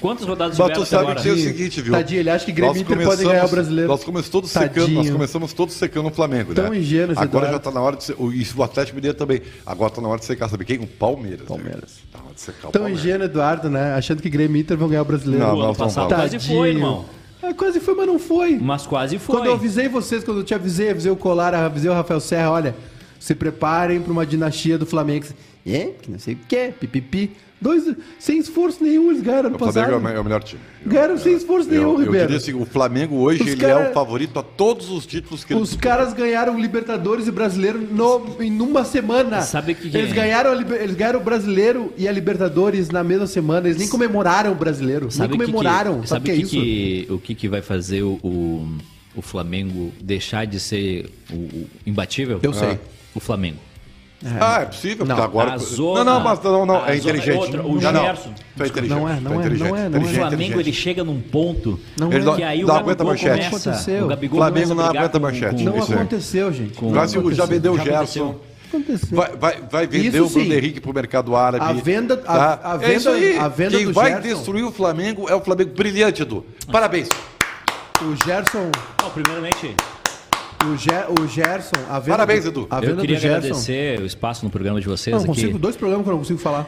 Quantas rodadas
Mas
tiveram
tu
até
sabe
agora?
que é o seguinte, viu?
Tadinho, ele acha que Grêmio e
Nós
Inter podem
começamos-
ganhar o brasileiro.
Nós começamos todos
Tadinho.
secando, nós começamos todos secando o Flamengo,
Tão
né?
ingênuo esse
Agora
Eduardo.
já tá na hora de ser, o- e o Atlético Mineiro também. Agora tá na hora de secar, sabe quem? O Palmeiras. né?
Palmeiras.
Tá na hora de secar o
Tão
Palmeiras.
ingênuo, Eduardo, né? Achando que Grêmio e Inter vão ganhar o brasileiro.
Não,
O ano
não, São
passado
Paulo.
quase foi, irmão.
Ah, quase foi, mas não foi.
Mas quase foi.
Quando eu avisei vocês, quando eu te avisei, avisei o Colar, avisei o Rafael Serra, olha, se preparem pra uma dinastia do Flamengo. É, que não sei o quê, pipipi. Dois, sem esforço nenhum, eles ganharam no
O Flamengo é
passado.
o me- é o melhor time.
Ganharam sem esforço nenhum,
Eu, eu
Ribeiro.
diria assim, o Flamengo hoje
Os
ele
cara-
é o favorito a todos os títulos que ele
Os caras ganharam Libertadores e Brasileiro no, em uma semana.
Sabe que-
eles, ganharam a Liber- eles ganharam o Brasileiro e a Libertadores na mesma semana. Eles nem comemoraram o Brasileiro.
Sabe o
nem
que que-
comemoraram.
sabe
sabe o que, é isso?
que- o que, que vai fazer o, o, o Flamengo deixar de ser o, o imbatível?
Eu sei.
Ah. O Flamengo.
Ah, é possível,
Não,
porque agora.
a zona-
não, não, mas não, não,
a zona-
é inteligente.
outra, o
não, não,
Gerson.
tu é inteligente.
Não é,
tu
não é, não
inteligente,
é, não
O
é.
inteligente,
Flamengo ele
inteligente.
chega num ponto
Não
Ele
é.
não-
que aí o
dá
Gabigol
aguenta a manchete.
começa,
Aconteceu.
o Gabigol
Flamengo
começa a
não
brigar
aguenta
com-
manchete.
com-
Não
Não
Isso aí.
aconteceu, gente.
O
Não
Brasil já
aconteceu.
vendeu o
Já
Gerson.
Aconteceu.
Vai, vai, vai vender
Isso
o Bruno
sim.
Henrique pro mercado árabe.
A venda- a- a
É isso
venda-
aí.
a venda
Quem
do
vai
Gerson.
destruir o Flamengo é o Flamengo brilhante, Edu. Parabéns.
O Gerson,
Não, primeiramente,
o, Ger, o Gerson, a venda
Parabéns,
do,
Edu.
A
Eu
venda do
queria
Gerson.
agradecer o espaço no programa de vocês
Não, eu
aqui.
consigo dois programas que eu não consigo falar.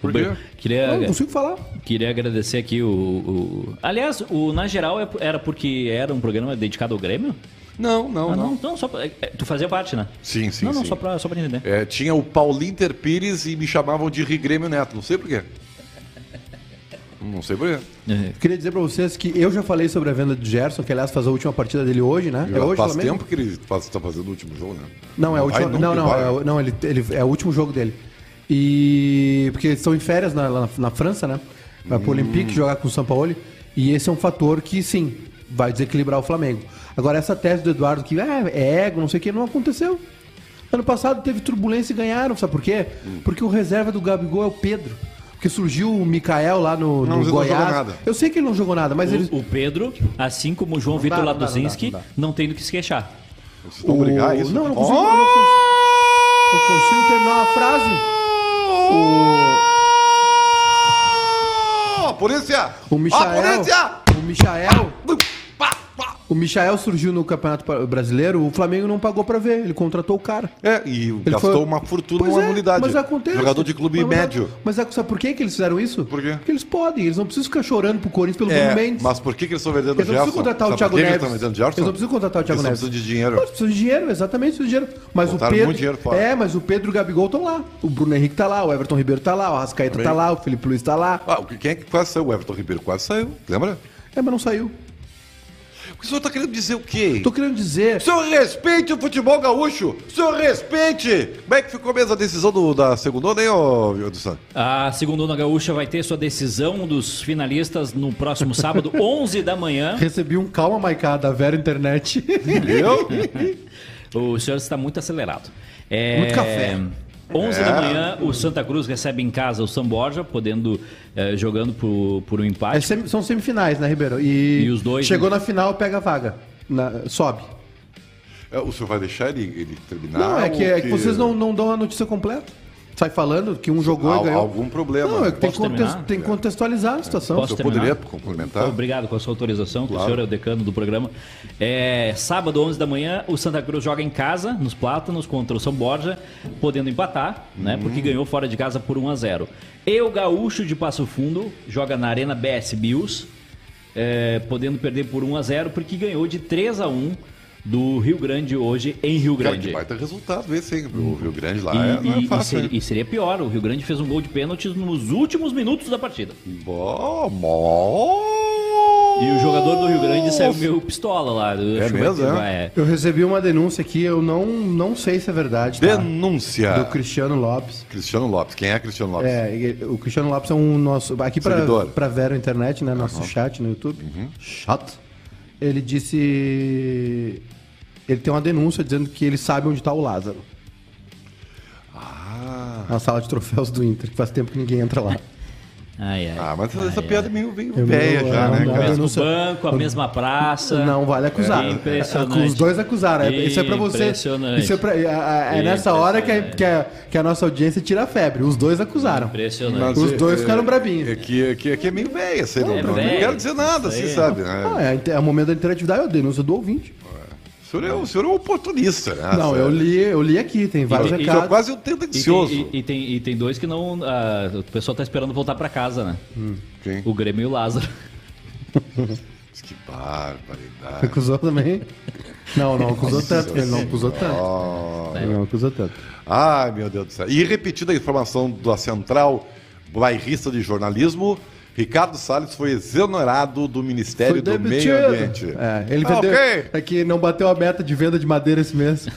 Por quê?
Queria,
Não, não consigo falar.
queria agradecer aqui o. o-
Aliás, o Na Geral é- era porque era um programa dedicado ao Grêmio?
Não, não,
Ah,
não.
não, não, só pra, é, é, Tu fazia parte, né?
Sim, sim,
Não, não,
sim.
só pra, só pra entender.
É, tinha o Paulinter Pires e me chamavam de Rigrêmio Neto. Não sei por quê. Não sei por quê.
Queria dizer pra vocês que eu já falei sobre a venda do Gerson, que aliás faz a última partida dele hoje, né? é hoje
faz
Flamengo?
tempo que ele faz- tá fazendo o último jogo, né?
Não, é o
Vai
último.
nunca,
Não, não,
vai.
é, o- não ele, ele- é o último jogo dele. E. Porque eles estão em férias na, lá na, na França, né? Vai
Hum.
pro Olympique jogar com o Sampaoli. E esse é um fator que, sim, vai desequilibrar o Flamengo. Agora, essa tese do Eduardo que ah, é ego, não sei o que, não aconteceu. Ano passado teve turbulência e ganharam, sabe por quê?
Hum.
Porque o reserva do Gabigol é o Pedro. Porque surgiu o Mikael lá no, no
Não, mas ele não
Goiás.
jogou nada.
Eu sei que ele não jogou nada, mas ele.
O, o Pedro, assim como o João Vitor
dá, não dá, não dá,
Laduzinski,
não
não,
dá.
tem do que se queixar.
Vocês vão brigar Ah, isso? Oh!
Não, eu não
Ó,
consigo. eu não consigo- Eu consigo terminar uma frase. O,
Ó, polícia!
o Michael.
Ó, polícia!
o Michael.
Pá, pá.
O Michael surgiu no Campeonato Pa- Brasileiro, o Flamengo não pagou pra ver, ele contratou o cara.
É, e gastou
foi-
uma fortuna,
Pois
uma
é,
anuidade.
Mas acontece.
Jogador de clube
Mas- mas-
médio.
Mas, é- sabe por que que eles fizeram isso?
Por quê?
Porque eles podem, eles não precisam ficar chorando pro Corinthians pelo Bruno
É,
Mendes.
mas por que, que eles estão vendendo o
Eles não
Gerson?
precisam contratar o
Sabe
Thiago
por que que
Neves.
Eles, estão vendendo o Gerson?
Eles não precisam contratar o Thiago
Eles
Neves.
só precisam de
Mas
dinheiro.
precisam de dinheiro, exatamente, precisam de dinheiro. Mas
Botaram
o Pedro.
muito dinheiro fora.
É, mas o Pedro e o Gabigol estão lá. O Bruno Henrique tá lá, o Everton Ribeiro tá lá, o Arrascaeta tá lá, o Felipe Luiz tá lá.
Ah, o que- quem é que quase saiu? O Everton Ribeiro quase saiu, lembra?
É, mas não saiu.
O senhor está querendo dizer o quê?
Tô querendo dizer.
O senhor respeite o futebol gaúcho! O senhor respeite! Como é que ficou mesmo a decisão do, da segunda, hein, ô Wilson?
A Segundona Gaúcha vai ter sua decisão um dos finalistas no próximo sábado, 11 da manhã.
Recebi um calma, Maiká, da Vera Internet.
Eu?
O senhor está muito acelerado. É,
Muito café.
11 da
É.
manhã, o Santa Cruz recebe em casa o São Borja, podendo, eh, jogando por, por um
É
empate.
semi- são semifinais, né, Ribeiro? E,
E os dois,
Chegou
né?
na final, pega a vaga. Na- sobe.
É, o senhor vai deixar ele, ele terminar?
Não, é que, é que
ou
vocês não, não dão a notícia completa. Sai falando que um jogou
Al-
e ganhou.
algum problema.
Não, é que tem,
Posso
que contes-
terminar?
tem que contextualizar a situação.
O
Posso
senhor poderia
terminar?
complementar?
Obrigado com a sua autorização, que
Tá? Claro.
o senhor é o decano do programa. É, sábado, 11 da manhã, o Santa Cruz joga em casa, nos Plátanos, contra o São Borja, podendo empatar, né?
Uhum.
Porque ganhou fora de casa por 1 a 0 E o Gaúcho de Passo Fundo joga na Arena BS Bills, é, podendo perder por 1 a 0 porque ganhou de 3 a 1 do Rio Grande hoje em Rio
Cara,
Grande.
que baita resultado esse, hein? O Rio Grande lá
E,
é, não é
e- e
fácil,
seria,
hein?
e seria pior, o Rio Grande fez um gol de pênaltis nos últimos minutos da partida.
Bom, bom.
E o jogador do Rio Grande saiu meio pistola lá. Eu acho que vai
mesmo,
ter-
é?
vai- é?
Eu recebi uma denúncia aqui, eu não, não sei se é verdade. tá?
Denúncia.
Do Cristiano Lopes.
Cristiano Lopes. Quem é Cristiano Lopes?
É, e- o Cristiano Lopes é um nosso. Aqui pra,
Seguidor. Uhum.
pra Vera Internet, né? Nosso chat no YouTube. Chat. Ele disse. Ele tem uma denúncia dizendo que ele sabe onde tá o Lázaro.
Ah,
Na sala de troféus do Inter, que faz tempo que ninguém entra lá.
Ai, ai.
Ah, mas essa, essa
Ai,
piada é meio, meio
Eu
velha
não-
já,
eu
né,
não-
cara?
eu
mesmo
sei.
banco, a mesma praça.
Não vale acusar.
né? É impressionante.
Os dois acusaram. É- Isso é pra você.
Impressionante.
Isso é, pra- é- é- é nessa hora que a, que, a, que a nossa audiência tira a febre. Os dois acusaram.
Impressionante.
Mas
Os
é-
dois
é-
ficaram brabinhos.
É que, é que, é que é meio velha, sei lá.
É
não, não
velha,
quero dizer nada,
isso
você
aí.
sabe, né?
Ah, é, é o momento da interatividade, é a denúncia do ouvinte.
O senhor é, o senhor é um oportunista, né?
não, eu li, eu li aqui, tem vários
Mas,
e-
o senhor é
recados.
quase um
E
tendencioso.
tem, e, e tem, e tem dois que não. ah, o pessoal tá esperando voltar pra casa, né?
Quem?
O Grêmio e o Lázaro.
Que barbaridade.
Acusou também? Não, não acusou tanto. Ele não acusou tanto.
Oh.
Ele não acusou tanto.
Ai, meu Deus do céu. E repetida a informação da Central Bairrista de Jornalismo, Ricardo Salles foi exonerado do Ministério do Meio Ambiente.
É, ele
Ah,
vendeu.
ok.
É que não bateu a meta de venda de madeira esse mês.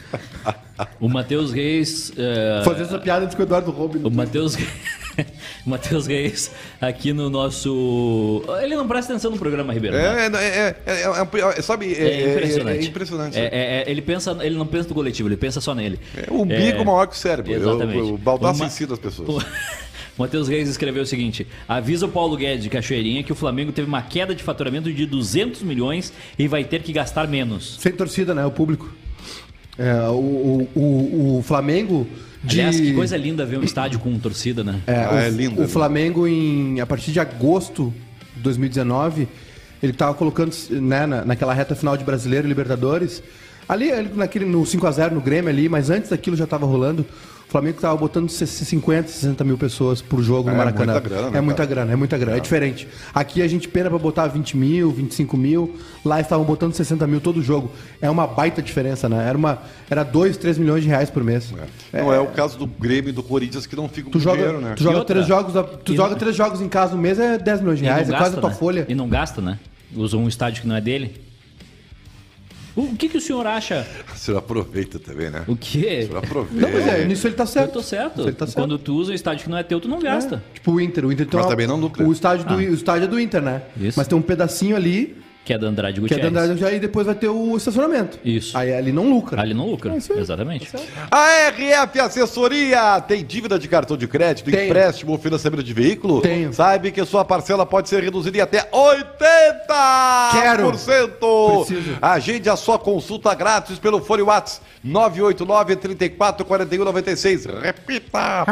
O Matheus Reis.
É.
eh,
Fazer essa piada antes que o Eduardo roube. né?
o Matheus o Matheus Reis aqui no nosso. Ele não presta atenção no programa, Ribeiro. né?
É, é, é, é, é, é, sabe, é,
É
é-
impressionante.
é impressionante.
É, é, é, ele, pensa, ele não pensa no coletivo, ele pensa só nele.
É o umbigo maior que o cérebro. Eu-
Exatamente.
eu- o baldaço
Uma-
em si das
O
pessoas.
Matheus Reis escreveu o seguinte: avisa o Paulo Guedes de Cachoeirinha que o Flamengo teve uma queda de faturamento de 200 milhões e vai ter que gastar menos.
Sem torcida, né? O público. É, o, o, o, o Flamengo. De...
Aliás, que coisa linda ver um estádio com torcida, né?
É,
Ah,
o,
é lindo,
o
né?
Flamengo, em, a partir de agosto de 2019, ele tava colocando né, na, naquela reta final de Brasileiro e Libertadores. Ali, ali naquele, no 5x0 no Grêmio ali, mas antes daquilo já tava rolando. O Flamengo tava botando 50, 60 mil pessoas por jogo no
É
Maracanã.
muita grana, né,
é muita
cara?
grana, é muita grana. É diferente. Aqui a gente pena pra botar 20 mil, 25 mil. Lá eles estavam botando 60 mil todo jogo. É uma baita diferença, né? Era, uma, era 2, 3 milhões de reais por mês.
Não é o caso do Grêmio e do Corinthians que não ficam
Tu
com
joga,
dinheiro, né?
tu joga,
E outra?
três, jogos, da- tu
E
joga
não-
três jogos em casa no mês é 10 milhões de
E não
reais, é quase a
gasta,
tua
né?
folha.
E não gasta, né? Usa um estádio que não é dele. O que, que o senhor acha?
O senhor aproveita também, né?
O quê?
O senhor aproveita.
Não, mas é, nisso ele tá
né? Eu
certo.
tô certo.
Ele tá certo.
Quando tu usa o estádio que não é teu, tu não gasta. Ah.
Tipo o Inter, o Inter tem
Mas
uma-
também não lucra.
O estádio, do, o estádio é do Inter, né?
Isso.
Mas tem um pedacinho ali,
Que é da Andrade
que é
Gutierrez.
da Andrade Gutierrez, e depois vai ter o estacionamento.
Isso.
Aí ali não lucra.
Ali não lucra.
Tá
Exatamente.
A RF Assessoria tem dívida de cartão de crédito,
Tenho.
empréstimo ou financiamento de veículo?
Tenho.
Sabe que sua parcela pode ser reduzida em até 80%.
Quero. Preciso.
Agende a sua consulta grátis pelo Fone Whats 989 34 41 96. Repita.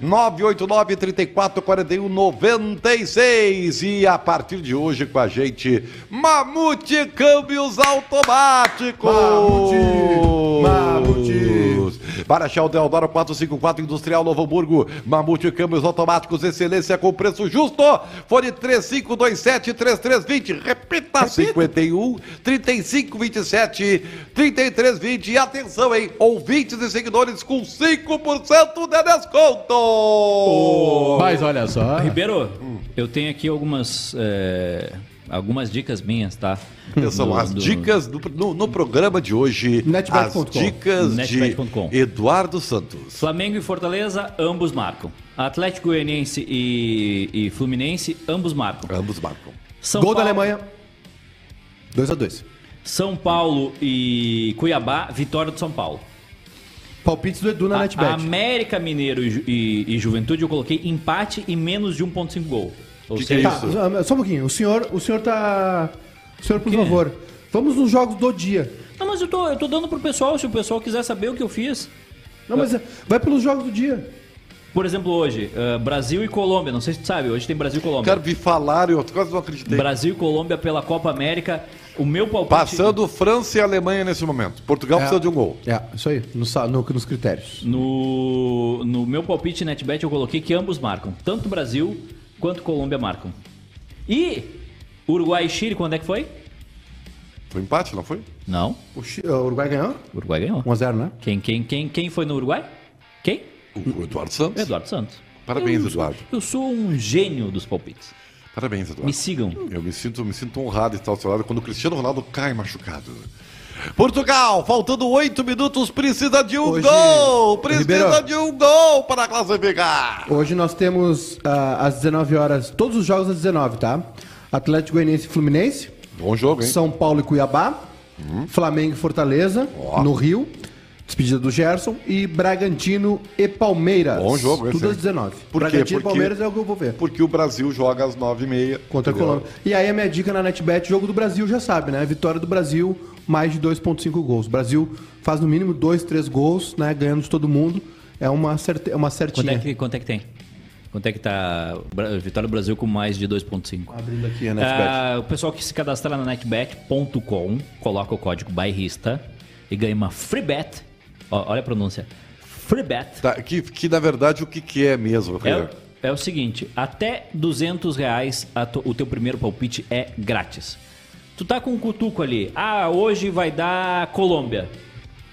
989 34 41 96. E a partir de hoje com a gente, Mamute Câmbios Automáticos.
Mamute, Mamute.
Marechal Deodoro 454 Industrial Novo Hamburgo. Mamute Câmbios Automáticos, excelência com preço justo. Fone 3527-3320. Repita: 51 3527 3320. E atenção, hein? Ouvintes e seguidores com 5% de
Oh.
desconto.
Mas olha só.
Ribeiro,
Hum.
eu tenho aqui algumas, é, algumas dicas minhas, tá?
Atenção,
Do-
as
do-
dicas do- no, no programa de hoje.
Netbet.com.
As dicas de
Netbet.com.
Eduardo Santos.
Flamengo e Fortaleza, ambos marcam. Atlético Goianiense e, e Fluminense, ambos marcam.
Ambos marcam.
São
Gol da
Paulo-
Alemanha. 2x2.
São Paulo e Cuiabá, vitória do São Paulo.
Palpites do Edu na
A-
NetBet.
América Mineiro e, Ju- e- e Juventude, eu coloquei empate e menos de 1,5 gol. Ou
Que que é
seja,
Tá, só- só um pouquinho. O senhor, o senhor tá. O senhor, por favor, vamos nos jogos do dia.
Não, mas eu tô, eu tô dando pro pessoal, se o pessoal quiser saber o que eu fiz.
Não, mas é- vai pelos jogos do dia.
Por exemplo, hoje, eh, Brasil e Colômbia, não sei se tu sabe, hoje tem Brasil e Colômbia.
Cara, me falaram, eu quase não acreditei.
Brasil e Colômbia pela Copa América. O meu palpite.
Passando França e Alemanha nesse momento. Portugal precisa
É.
de um gol.
É, isso aí, no sa- no- nos critérios.
No, no meu palpite Netbet, eu coloquei que ambos marcam. Tanto Brasil quanto Colômbia marcam. E Uruguai e Chile, quando é que foi?
Foi empate, não foi?
Não.
O, Chi- o Uruguai ganhou?
Uruguai ganhou.
1x0, né?
Quem, quem, quem, quem foi no Uruguai? Quem?
O Eduardo Santos.
Eduardo Santos.
Parabéns,
Eu-
Eduardo.
Eu sou um gênio dos palpites.
Parabéns, Eduardo.
Me sigam.
Tá. Eu me sinto, me sinto honrado de estar ao seu lado quando o Cristiano Ronaldo cai machucado. Portugal, faltando oito minutos, precisa de um
Hoje-
gol! Precisa
Ribeiro.
de um gol para classificar!
Hoje nós temos ah, às 19 horas, todos os jogos às 19, tá? Atlético Goianiense e Fluminense,
Bom jogo, hein?
Uhum. São Paulo e Cuiabá, Flamengo e Fortaleza,
Ó.
no Rio, Despedida do Gerson e Bragantino e Palmeiras.
Bom jogo esse,
Tudo às
hein?
19.
Por quê?
Bragantino e
Porque-
Palmeiras é o que eu vou ver.
Porque o Brasil joga às 9h30.
Contra a Colômbia. E aí a minha dica na NetBet, jogo do Brasil, já sabe, né? Vitória do Brasil, mais de 2.5 gols. O Brasil faz no mínimo 2, 3 gols, né? Ganhando de todo mundo. É uma, certe... é uma
Quanto
certinha.
é, que, quanto é que tem? Quanto é que tá Bra- Vitória do Brasil com mais de 2.5?
Abrindo aqui a
Ah, o pessoal que se cadastrar na netbet.com coloca o código bairrista e ganha uma free bet. Ó, olha a pronúncia. Free bet.
Tá, que, que na verdade o que, que é mesmo,
É,
Rodrigo?
o- é o seguinte, até 200 reais a tu- o teu primeiro palpite é grátis. Tu tá com um cutuco ali. Ah, hoje vai dar Colômbia.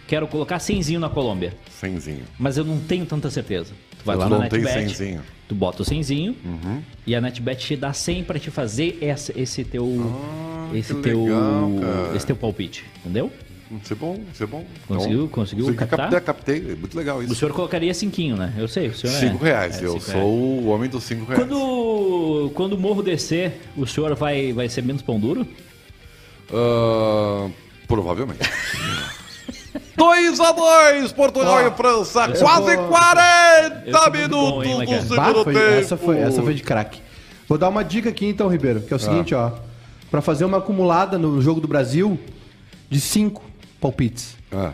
Quero colocar 100 na Colômbia.
Cenzinho.
Mas eu não tenho tanta certeza. Tu vai
Tu
lá na
não tem Uhum.
NetBet,
100zinho.
tu bota o 100zinho e a NetBet te dá 100 pra te fazer essa- esse teu esse
Ah, que
teu
legal, cara.
esse teu palpite, entendeu?
Isso é bom, isso é bom.
Conseguiu- conseguiu
consegui
captar?
Captei, captei. É muito legal
O
isso.
senhor colocaria cinquinho, né? Eu sei, o senhor é-
5 reais.
é
eu
cinco
sou
reais.
o homem dos 5 reais.
Quando quando o morro descer, o senhor vai vai ser menos pão duro?
Ah, provavelmente. 2x2, Portugal e França,
é
quase 40
eu sou é muito
minutos
bom, hein,
do
Maicon?
segundo
Bah, foi-
tempo.
essa, foi, essa foi de craque. Vou dar uma dica aqui então, Ribeiro, que é o seguinte, ó. Pra fazer uma acumulada no jogo do Brasil de 5 palpites.
Ah,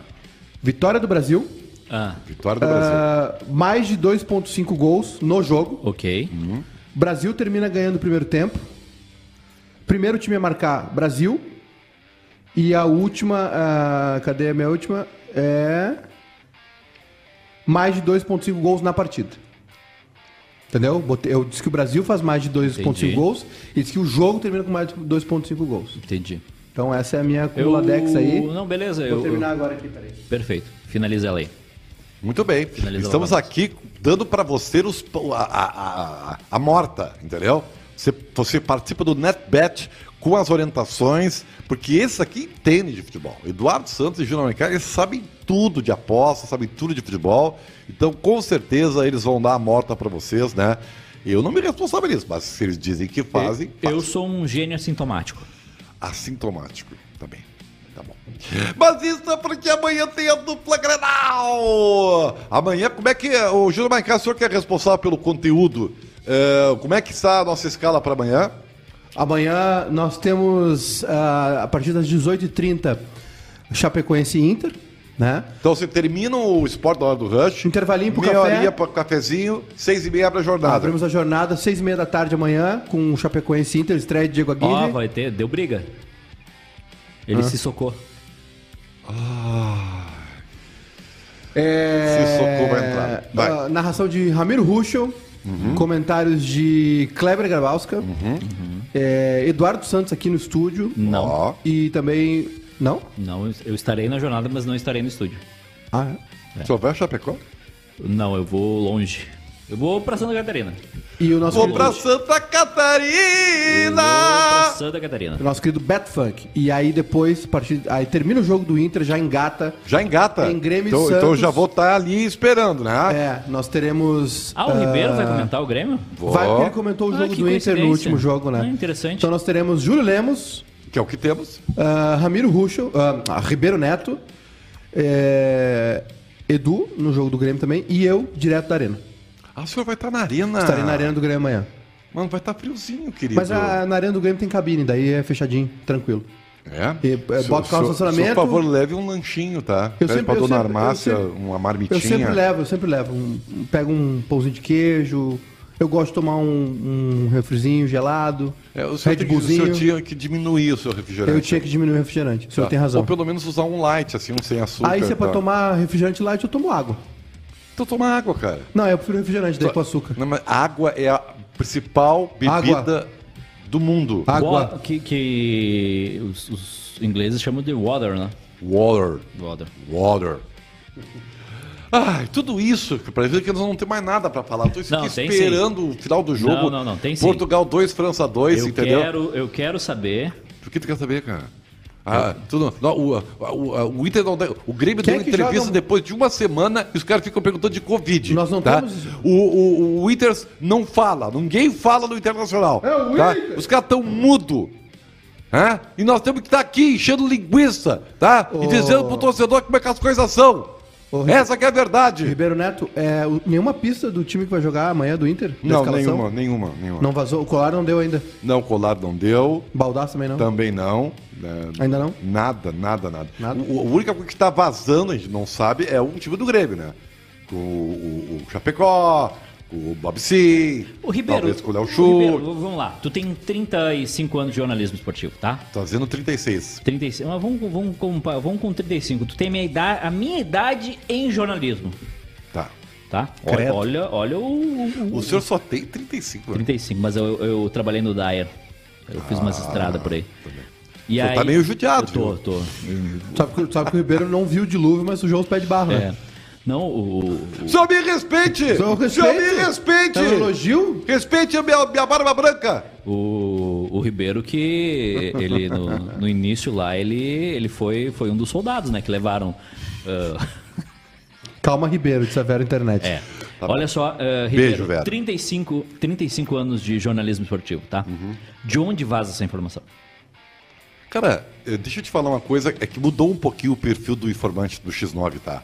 Vitória do Brasil,
Ah,
vitória do Brasil.
ah, mais de 2.5 gols no jogo.
OK.
Brasil termina ganhando o primeiro tempo. Primeiro time a marcar, Brasil. E a última, ah, cadê a minha última? É mais de 2.5 gols na partida. Entendeu? Botei- Eu disse que o Brasil faz mais de 2.5
Entendi.
gols e disse que o jogo termina com mais de 2.5 gols.
Entendi.
Então essa é a minha cumuladex aí.
Não, beleza,
Vou
eu,
terminar agora aqui, peraí.
Perfeito. Finaliza ela aí.
Muito bem.
Finalizou
Estamos
o
aqui dando para você os, pa- a, a, a, a morta, entendeu? Você, você participa do NetBet com as orientações, porque esse aqui entende de futebol. Eduardo Santos e Júnior Alencar, eles sabem tudo de aposta, sabem tudo de futebol. Então, com certeza, eles vão dar a morta para vocês, né? Eu não me responsabilizo, mas se eles dizem que fazem,
Eu
fazem.
sou um gênio assintomático.
Assintomático. Tá bem. Tá bom. Mas isso é porque amanhã tem a dupla Grenal! Amanhã, como é que. é? Ô, Júlio Maicá, o senhor que é responsável pelo conteúdo, é, como é que está a nossa escala para amanhã?
Amanhã nós temos, ah, a partir das 18h30, Chapecoense e Inter, né?
Então você termina o esporte da hora do rush.
Intervalinho pro
meia
café.
horinha pro cafezinho, seis e meia abre a jornada.
Abrimos a jornada às seis e meia da tarde amanhã com o Chapecoense e Inter, estreia de Diego Aguirre.
Ó, vai ter, deu briga.
Ah.
Ele se socou.
É,
Se socou, vai entrar. Vai.
ah, narração de Ramiro Ruschel, comentários de Kleber Grabowska, é, Eduardo Santos aqui no estúdio
Não.
Ó.
e também... Não?
Não, eu estarei na jornada, mas não estarei no estúdio.
Ah, é.
O senhor vai a Chapecó?
Não, eu vou longe. Eu vou pra Santa Catarina.
E o nosso,
Vou
querido,
pra Santa
Eu vou pra
Catarina!
Santa Catarina.
o nosso querido Beto Funk. E aí depois, a partir, aí termina o jogo do Inter, já engata...
Já engata.
Em Grêmio e
então, então eu
Santos.
já vou estar ali esperando, né?
É, nós teremos...
Ah, o
ah,
Ribeiro vai comentar o Grêmio?
Vou.
Vai, porque ele comentou o
Ah,
jogo
que
do Inter no
coincidência.
último jogo, né?
Ah, interessante.
Então nós teremos Júlio Lemos,
Que é o que temos.
ah, Ramiro Ruxo, ah, ah, Ribeiro Neto, eh, Edu, no jogo do Grêmio também, e eu, direto da Arena.
Ah, o senhor vai estar na arena.
Estarei na Arena do Grêmio amanhã.
Mano, vai estar friozinho, querido.
Mas a, na Arena do Grêmio tem cabine, daí é fechadinho, tranquilo.
É?
E, é, bota o carro no estacionamento.
Por favor, leve um lanchinho, tá?
Eu
leve
sempre-
pra
eu
dona
sempre- eu
Armácia
sempre-
uma
Eu
marmitinha.
sempre levo, eu sempre levo. Um, um- pego um pãozinho de queijo, eu gosto de tomar um, um refrizinho gelado,
É, o, senhor
Red
tem, que- o senhor
Bullzinho.
tinha que diminuir o seu refrigerante.
Eu tinha que diminuir o refrigerante, o senhor
Tá.
tem razão.
Ou pelo menos usar um light, assim, um sem açúcar.
Aí se é pra
tá?
tomar refrigerante light, eu tomo água.
Então toma água, cara.
Não, eu prefiro refrigerante, daí com açúcar.
Não, mas água é a principal bebida do mundo.
Água.
Wa- Que, que os, os ingleses chamam de water, né?
Water.
Water.
Water. Ai, tudo isso, que parece que nós não temos mais nada pra falar. Eu tô
Não,
aqui
tem sim.
esperando o final do jogo.
Não, não, não, tem sim.
Portugal 2, França 2,
eu,
entendeu?
quero, eu quero saber.
O que tu quer saber, cara? Ah, tu não- não, o, o, o Inter não dá- O Grêmio
Quem
deu
é que
entrevista
joga-
depois de uma semana e os caras ficam perguntando de Covid.
Nós não
tá?
temos-
O, o, o Inter não fala, ninguém fala no Internacional.
É o
tá?
Inter.
Os caras estão mudo. Hã? E nós temos que estar aqui enchendo linguiça, tá? E
Ô.
dizendo pro torcedor como é que as coisas são.
Ô, Ribe-
Essa que é a verdade.
Ribeiro Neto, é, o- nenhuma pista do time que vai jogar amanhã do Inter? da
Não,
escalação?
nenhuma, nenhuma, nenhuma. Não.
Não vazou? O colar não deu ainda.
Colar não deu.
Baldaço também não.
Também não. É,
Ainda não?
Nada, nada, nada.
Nada?
O, o único que tá vazando, a gente não sabe, é o time do Grêmio, né? Com o, o- o Chapecó, com o Bob C.
O Ribeiro.
Talvez com o Léo
Ribeiro,
Chu.
vamos lá. Tu tem 35 anos de jornalismo esportivo, tá?
Tá fazendo 36.
35. Mas vamos, vamos, com, vamos com 35. Tu tem minha idade, a minha idade em jornalismo,
Tá.
tá? Olha,
Credo.
olha, olha o, o-
O senhor só tem 35 anos.
35, mas eu, eu trabalhei no Dyer. Eu fiz umas estradas por aí. E
senhor Ah, tá meio judiado,
eu tô,
viu?
tô.
Sabe, que- sabe que o Ribeiro não viu de luva, mas sujou os pés de barro,
É.
né?
Não, o, o-
O senhor me
É.
respeite!
Só
O senhor me respeite!
É um elogio?
Respeite a minha, minha barba branca!
O, o Ribeiro que ele no, no início lá ele, ele foi, foi um dos soldados, né, que levaram. ah,
Calma, Ribeiro, de Severo Internet.
é. Olha só, ah,
Tá Beijo,
Ribeiro,
Vera.
35, 35 anos de jornalismo esportivo, tá?
Uhum.
De onde vaza essa informação?
Cara, eh, deixa eu te falar uma coisa, é que mudou um pouquinho o perfil do informante do X9, tá?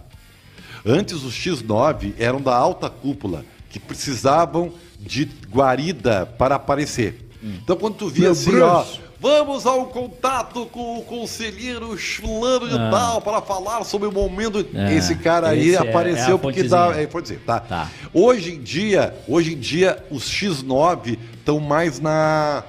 Antes os X9 eram da alta cúpula, que precisavam de guarida para aparecer.
Hum.
Então quando tu via
Meu
assim,
Bruce.
ó, vamos ao contato com o conselheiro fulano de tal para falar sobre o momento.
É,
Esse cara aí
Ah. esse é- é
apareceu
a
porque dá,
pontezinha.
é, pode dizer, tá?
Tá.
Hoje em dia, hoje em dia os X9 estão mais na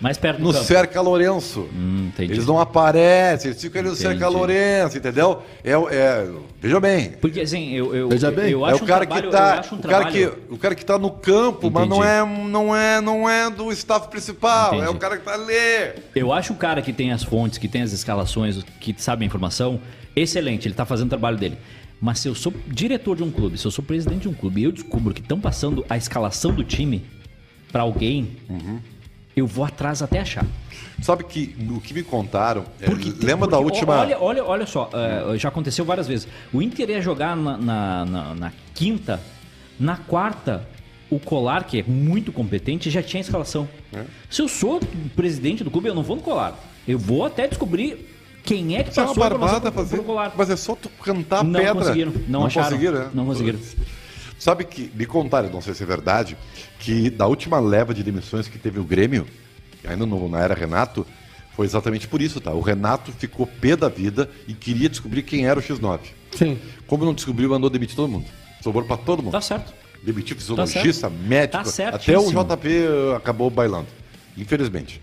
Mais perto do
no
campo.
Cerca Lourenço.
entendi.
eles não aparecem, eles ficam ali no Cerca
Entendi.
Lourenço, entendeu? É, o- é, veja bem,
Porque assim, eu, eu,
Veja
eu,
bem,
eu
é
acho
o cara
um trabalho,
que
eu
tá,
acho um
o cara que,
trabalho-
o cara que tá no campo, mas não é, não é, não é do staff principal, é
Entendi.
o cara que tá ali.
Eu acho o cara que tem as fontes, que tem as escalações, que sabe a informação, excelente, ele tá fazendo o trabalho dele. Mas se eu sou diretor de um clube, se eu sou presidente de um clube e eu descubro que estão passando a escalação do time pra alguém,
Uhum.
eu vou atrás até achar.
Sabe que o que me contaram? é, lembra
Porque,
da
ó,
última?
Olha, olha, olha só, é, já aconteceu várias vezes. O Inter ia jogar na, na- na- na quinta, na quarta, o Colar, que é muito competente, já tinha escalação.
É.
Se eu sou presidente do clube, eu não vou no Colar. Eu vou até descobrir quem é que
Isso é uma
passou a informação
barbada
pro-
fazer.
pro Colar.
Mas é só tu cantar
Não
pedra.
conseguiram, não acharam,
conseguiram, né?
não conseguiram.
Sabe que me contaram, não sei se é verdade, que da última leva de demissões que teve o Grêmio, ainda no, na era Renato, foi exatamente por isso, tá? O Renato ficou pé da vida e queria descobrir quem era o X9.
Sim.
Como não descobriu, mandou demitir todo mundo. Sobrou pra todo mundo.
Tá certo.
Demitiu
Tá
fisiologista,
certo.
médico,
Tá certíssimo.
até o JP acabou bailando. Infelizmente.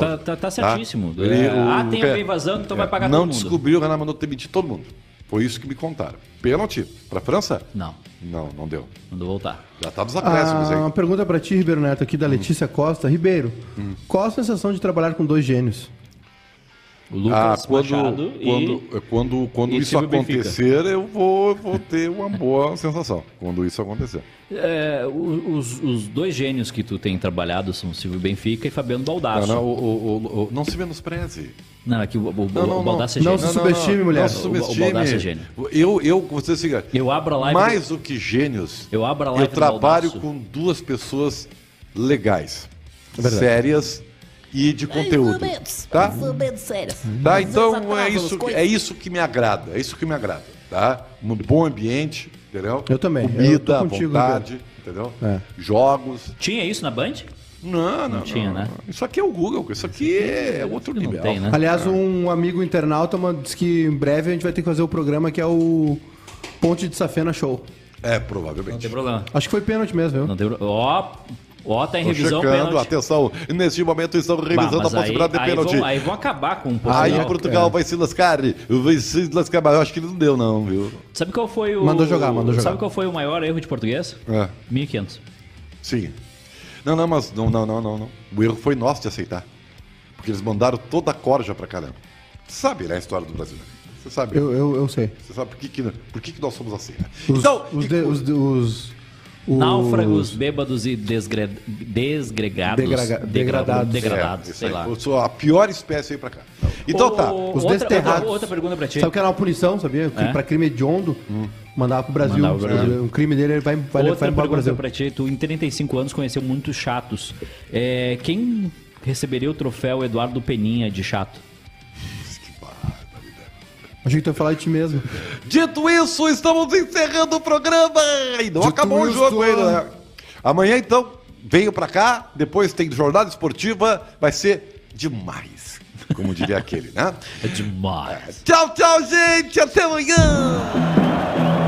Tá, tá- tá certíssimo.
Tá? Ele-
É, ah, tem
Re-
alguém vazando, então vai pagar
É. Não
todo mundo.
descobriu, o Renan mandou demitir todo mundo. Foi isso que me contaram. Pênalti pra França?
Não,
Não, não deu.
mandou voltar.
Já tá nos acréscimos
Ah, uma
aí.
pergunta pra ti, Ribeiro Neto, aqui
Hum.
da Letícia Costa. Ribeiro,
Hum.
qual a sensação de trabalhar com dois gênios?
O Lucas
ah, quando,
Machado
quando,
e...
quando, quando
e
isso
Silvio Benfica.
acontecer, eu vou, eu vou ter uma boa sensação. Quando isso acontecer.
é, o- os, os dois gênios que tu tem trabalhado são Silvio Benfica e Fabiano Baldasso.
Não, não, o, o- o- o- não se menospreze.
Não, é que o, o, o-
Não, não,
o Baldassi é
não.
gênio.
Não se subestime, mulher.
Não
O-
se
o
subestime.
Baldassi é gênio.
Eu, eu, você assim, cara,
Eu abro a live
Mais do que gênios,
Eu abro a live
eu
do
trabalho
Baldasso.
com duas pessoas legais,
É
sérias e de conteúdo. Tá? Tá, então é isso, é isso que me agrada, é isso que me agrada, tá? Um bom ambiente, entendeu?
Eu também, eu
Comida,
tô contigo,
vontade, entendeu?
É.
Jogos.
Tinha isso na Band?
Não, não, não.
tinha, né?
Isso aqui é o Google, isso aqui é outro
Não
nível.
tem, né?
Ah.
Aliás, um amigo internauta man- disse que em breve a gente vai ter que fazer o programa que é o Ponte de Safena Show.
É,
Não
provavelmente.
tem problema.
Acho que foi pênalti mesmo, viu?
Não tem problema. Ó, ó, tá em
Tô
revisão
checando,
pênalti.
atenção, neste momento estão revisando
Bah, mas
a possibilidade
aí,
de pênalti.
Aí vão, aí vão acabar com o
Aí é
Portugal.
Portugal vai se lascar, vai se lascar, mas eu acho que ele não deu não, viu?
Sabe qual foi o...
Mandou jogar, mandou jogar.
Sabe qual foi o maior erro de português?
É.
1.500.
Sim. Não, não, mas não, não, não, não, não. O erro foi nosso de aceitar. Porque eles mandaram toda a corja pra caramba. Você sabe, né, a história do Brasil. né? Você sabe.
Eu, eu, eu sei.
Você sabe por que, que, por que, que nós somos assim, né?
Os,
então,
os,
e-
de- os, os- os-
tipo, Náufragos, bêbados e desgre... desgregados.
Degraga-
Degra-
degradados.
Degradados,
é, isso
sei
aí.
lá.
Eu sou a pior espécie aí pra cá. Então tá.
Ô,
Os
outra, outra,
desterrados.
outra pergunta pra ti.
Sabe que era uma punição, sabia?
É? Hum.
Pra crime hediondo, mandava pro Brasil.
Mandava pro Brasil.
O crime dele ele vai, vai,
Outra
vai embora pro
pergunta
Brasil.
pra ti. Tu, em 35 anos, conheceu muitos chatos. É, quem receberia o troféu Eduardo Peninha de chato?
Achei que tu ia falar de ti mesmo.
Dito isso, estamos encerrando o programa. E não
Dito
acabou o
isso,
jogo ainda.
ah.
né? Amanhã, então, venho pra cá. Depois tem jornada esportiva. Vai ser demais. Como diria aquele, né?
É demais.
Tchau, tchau, gente. Até amanhã.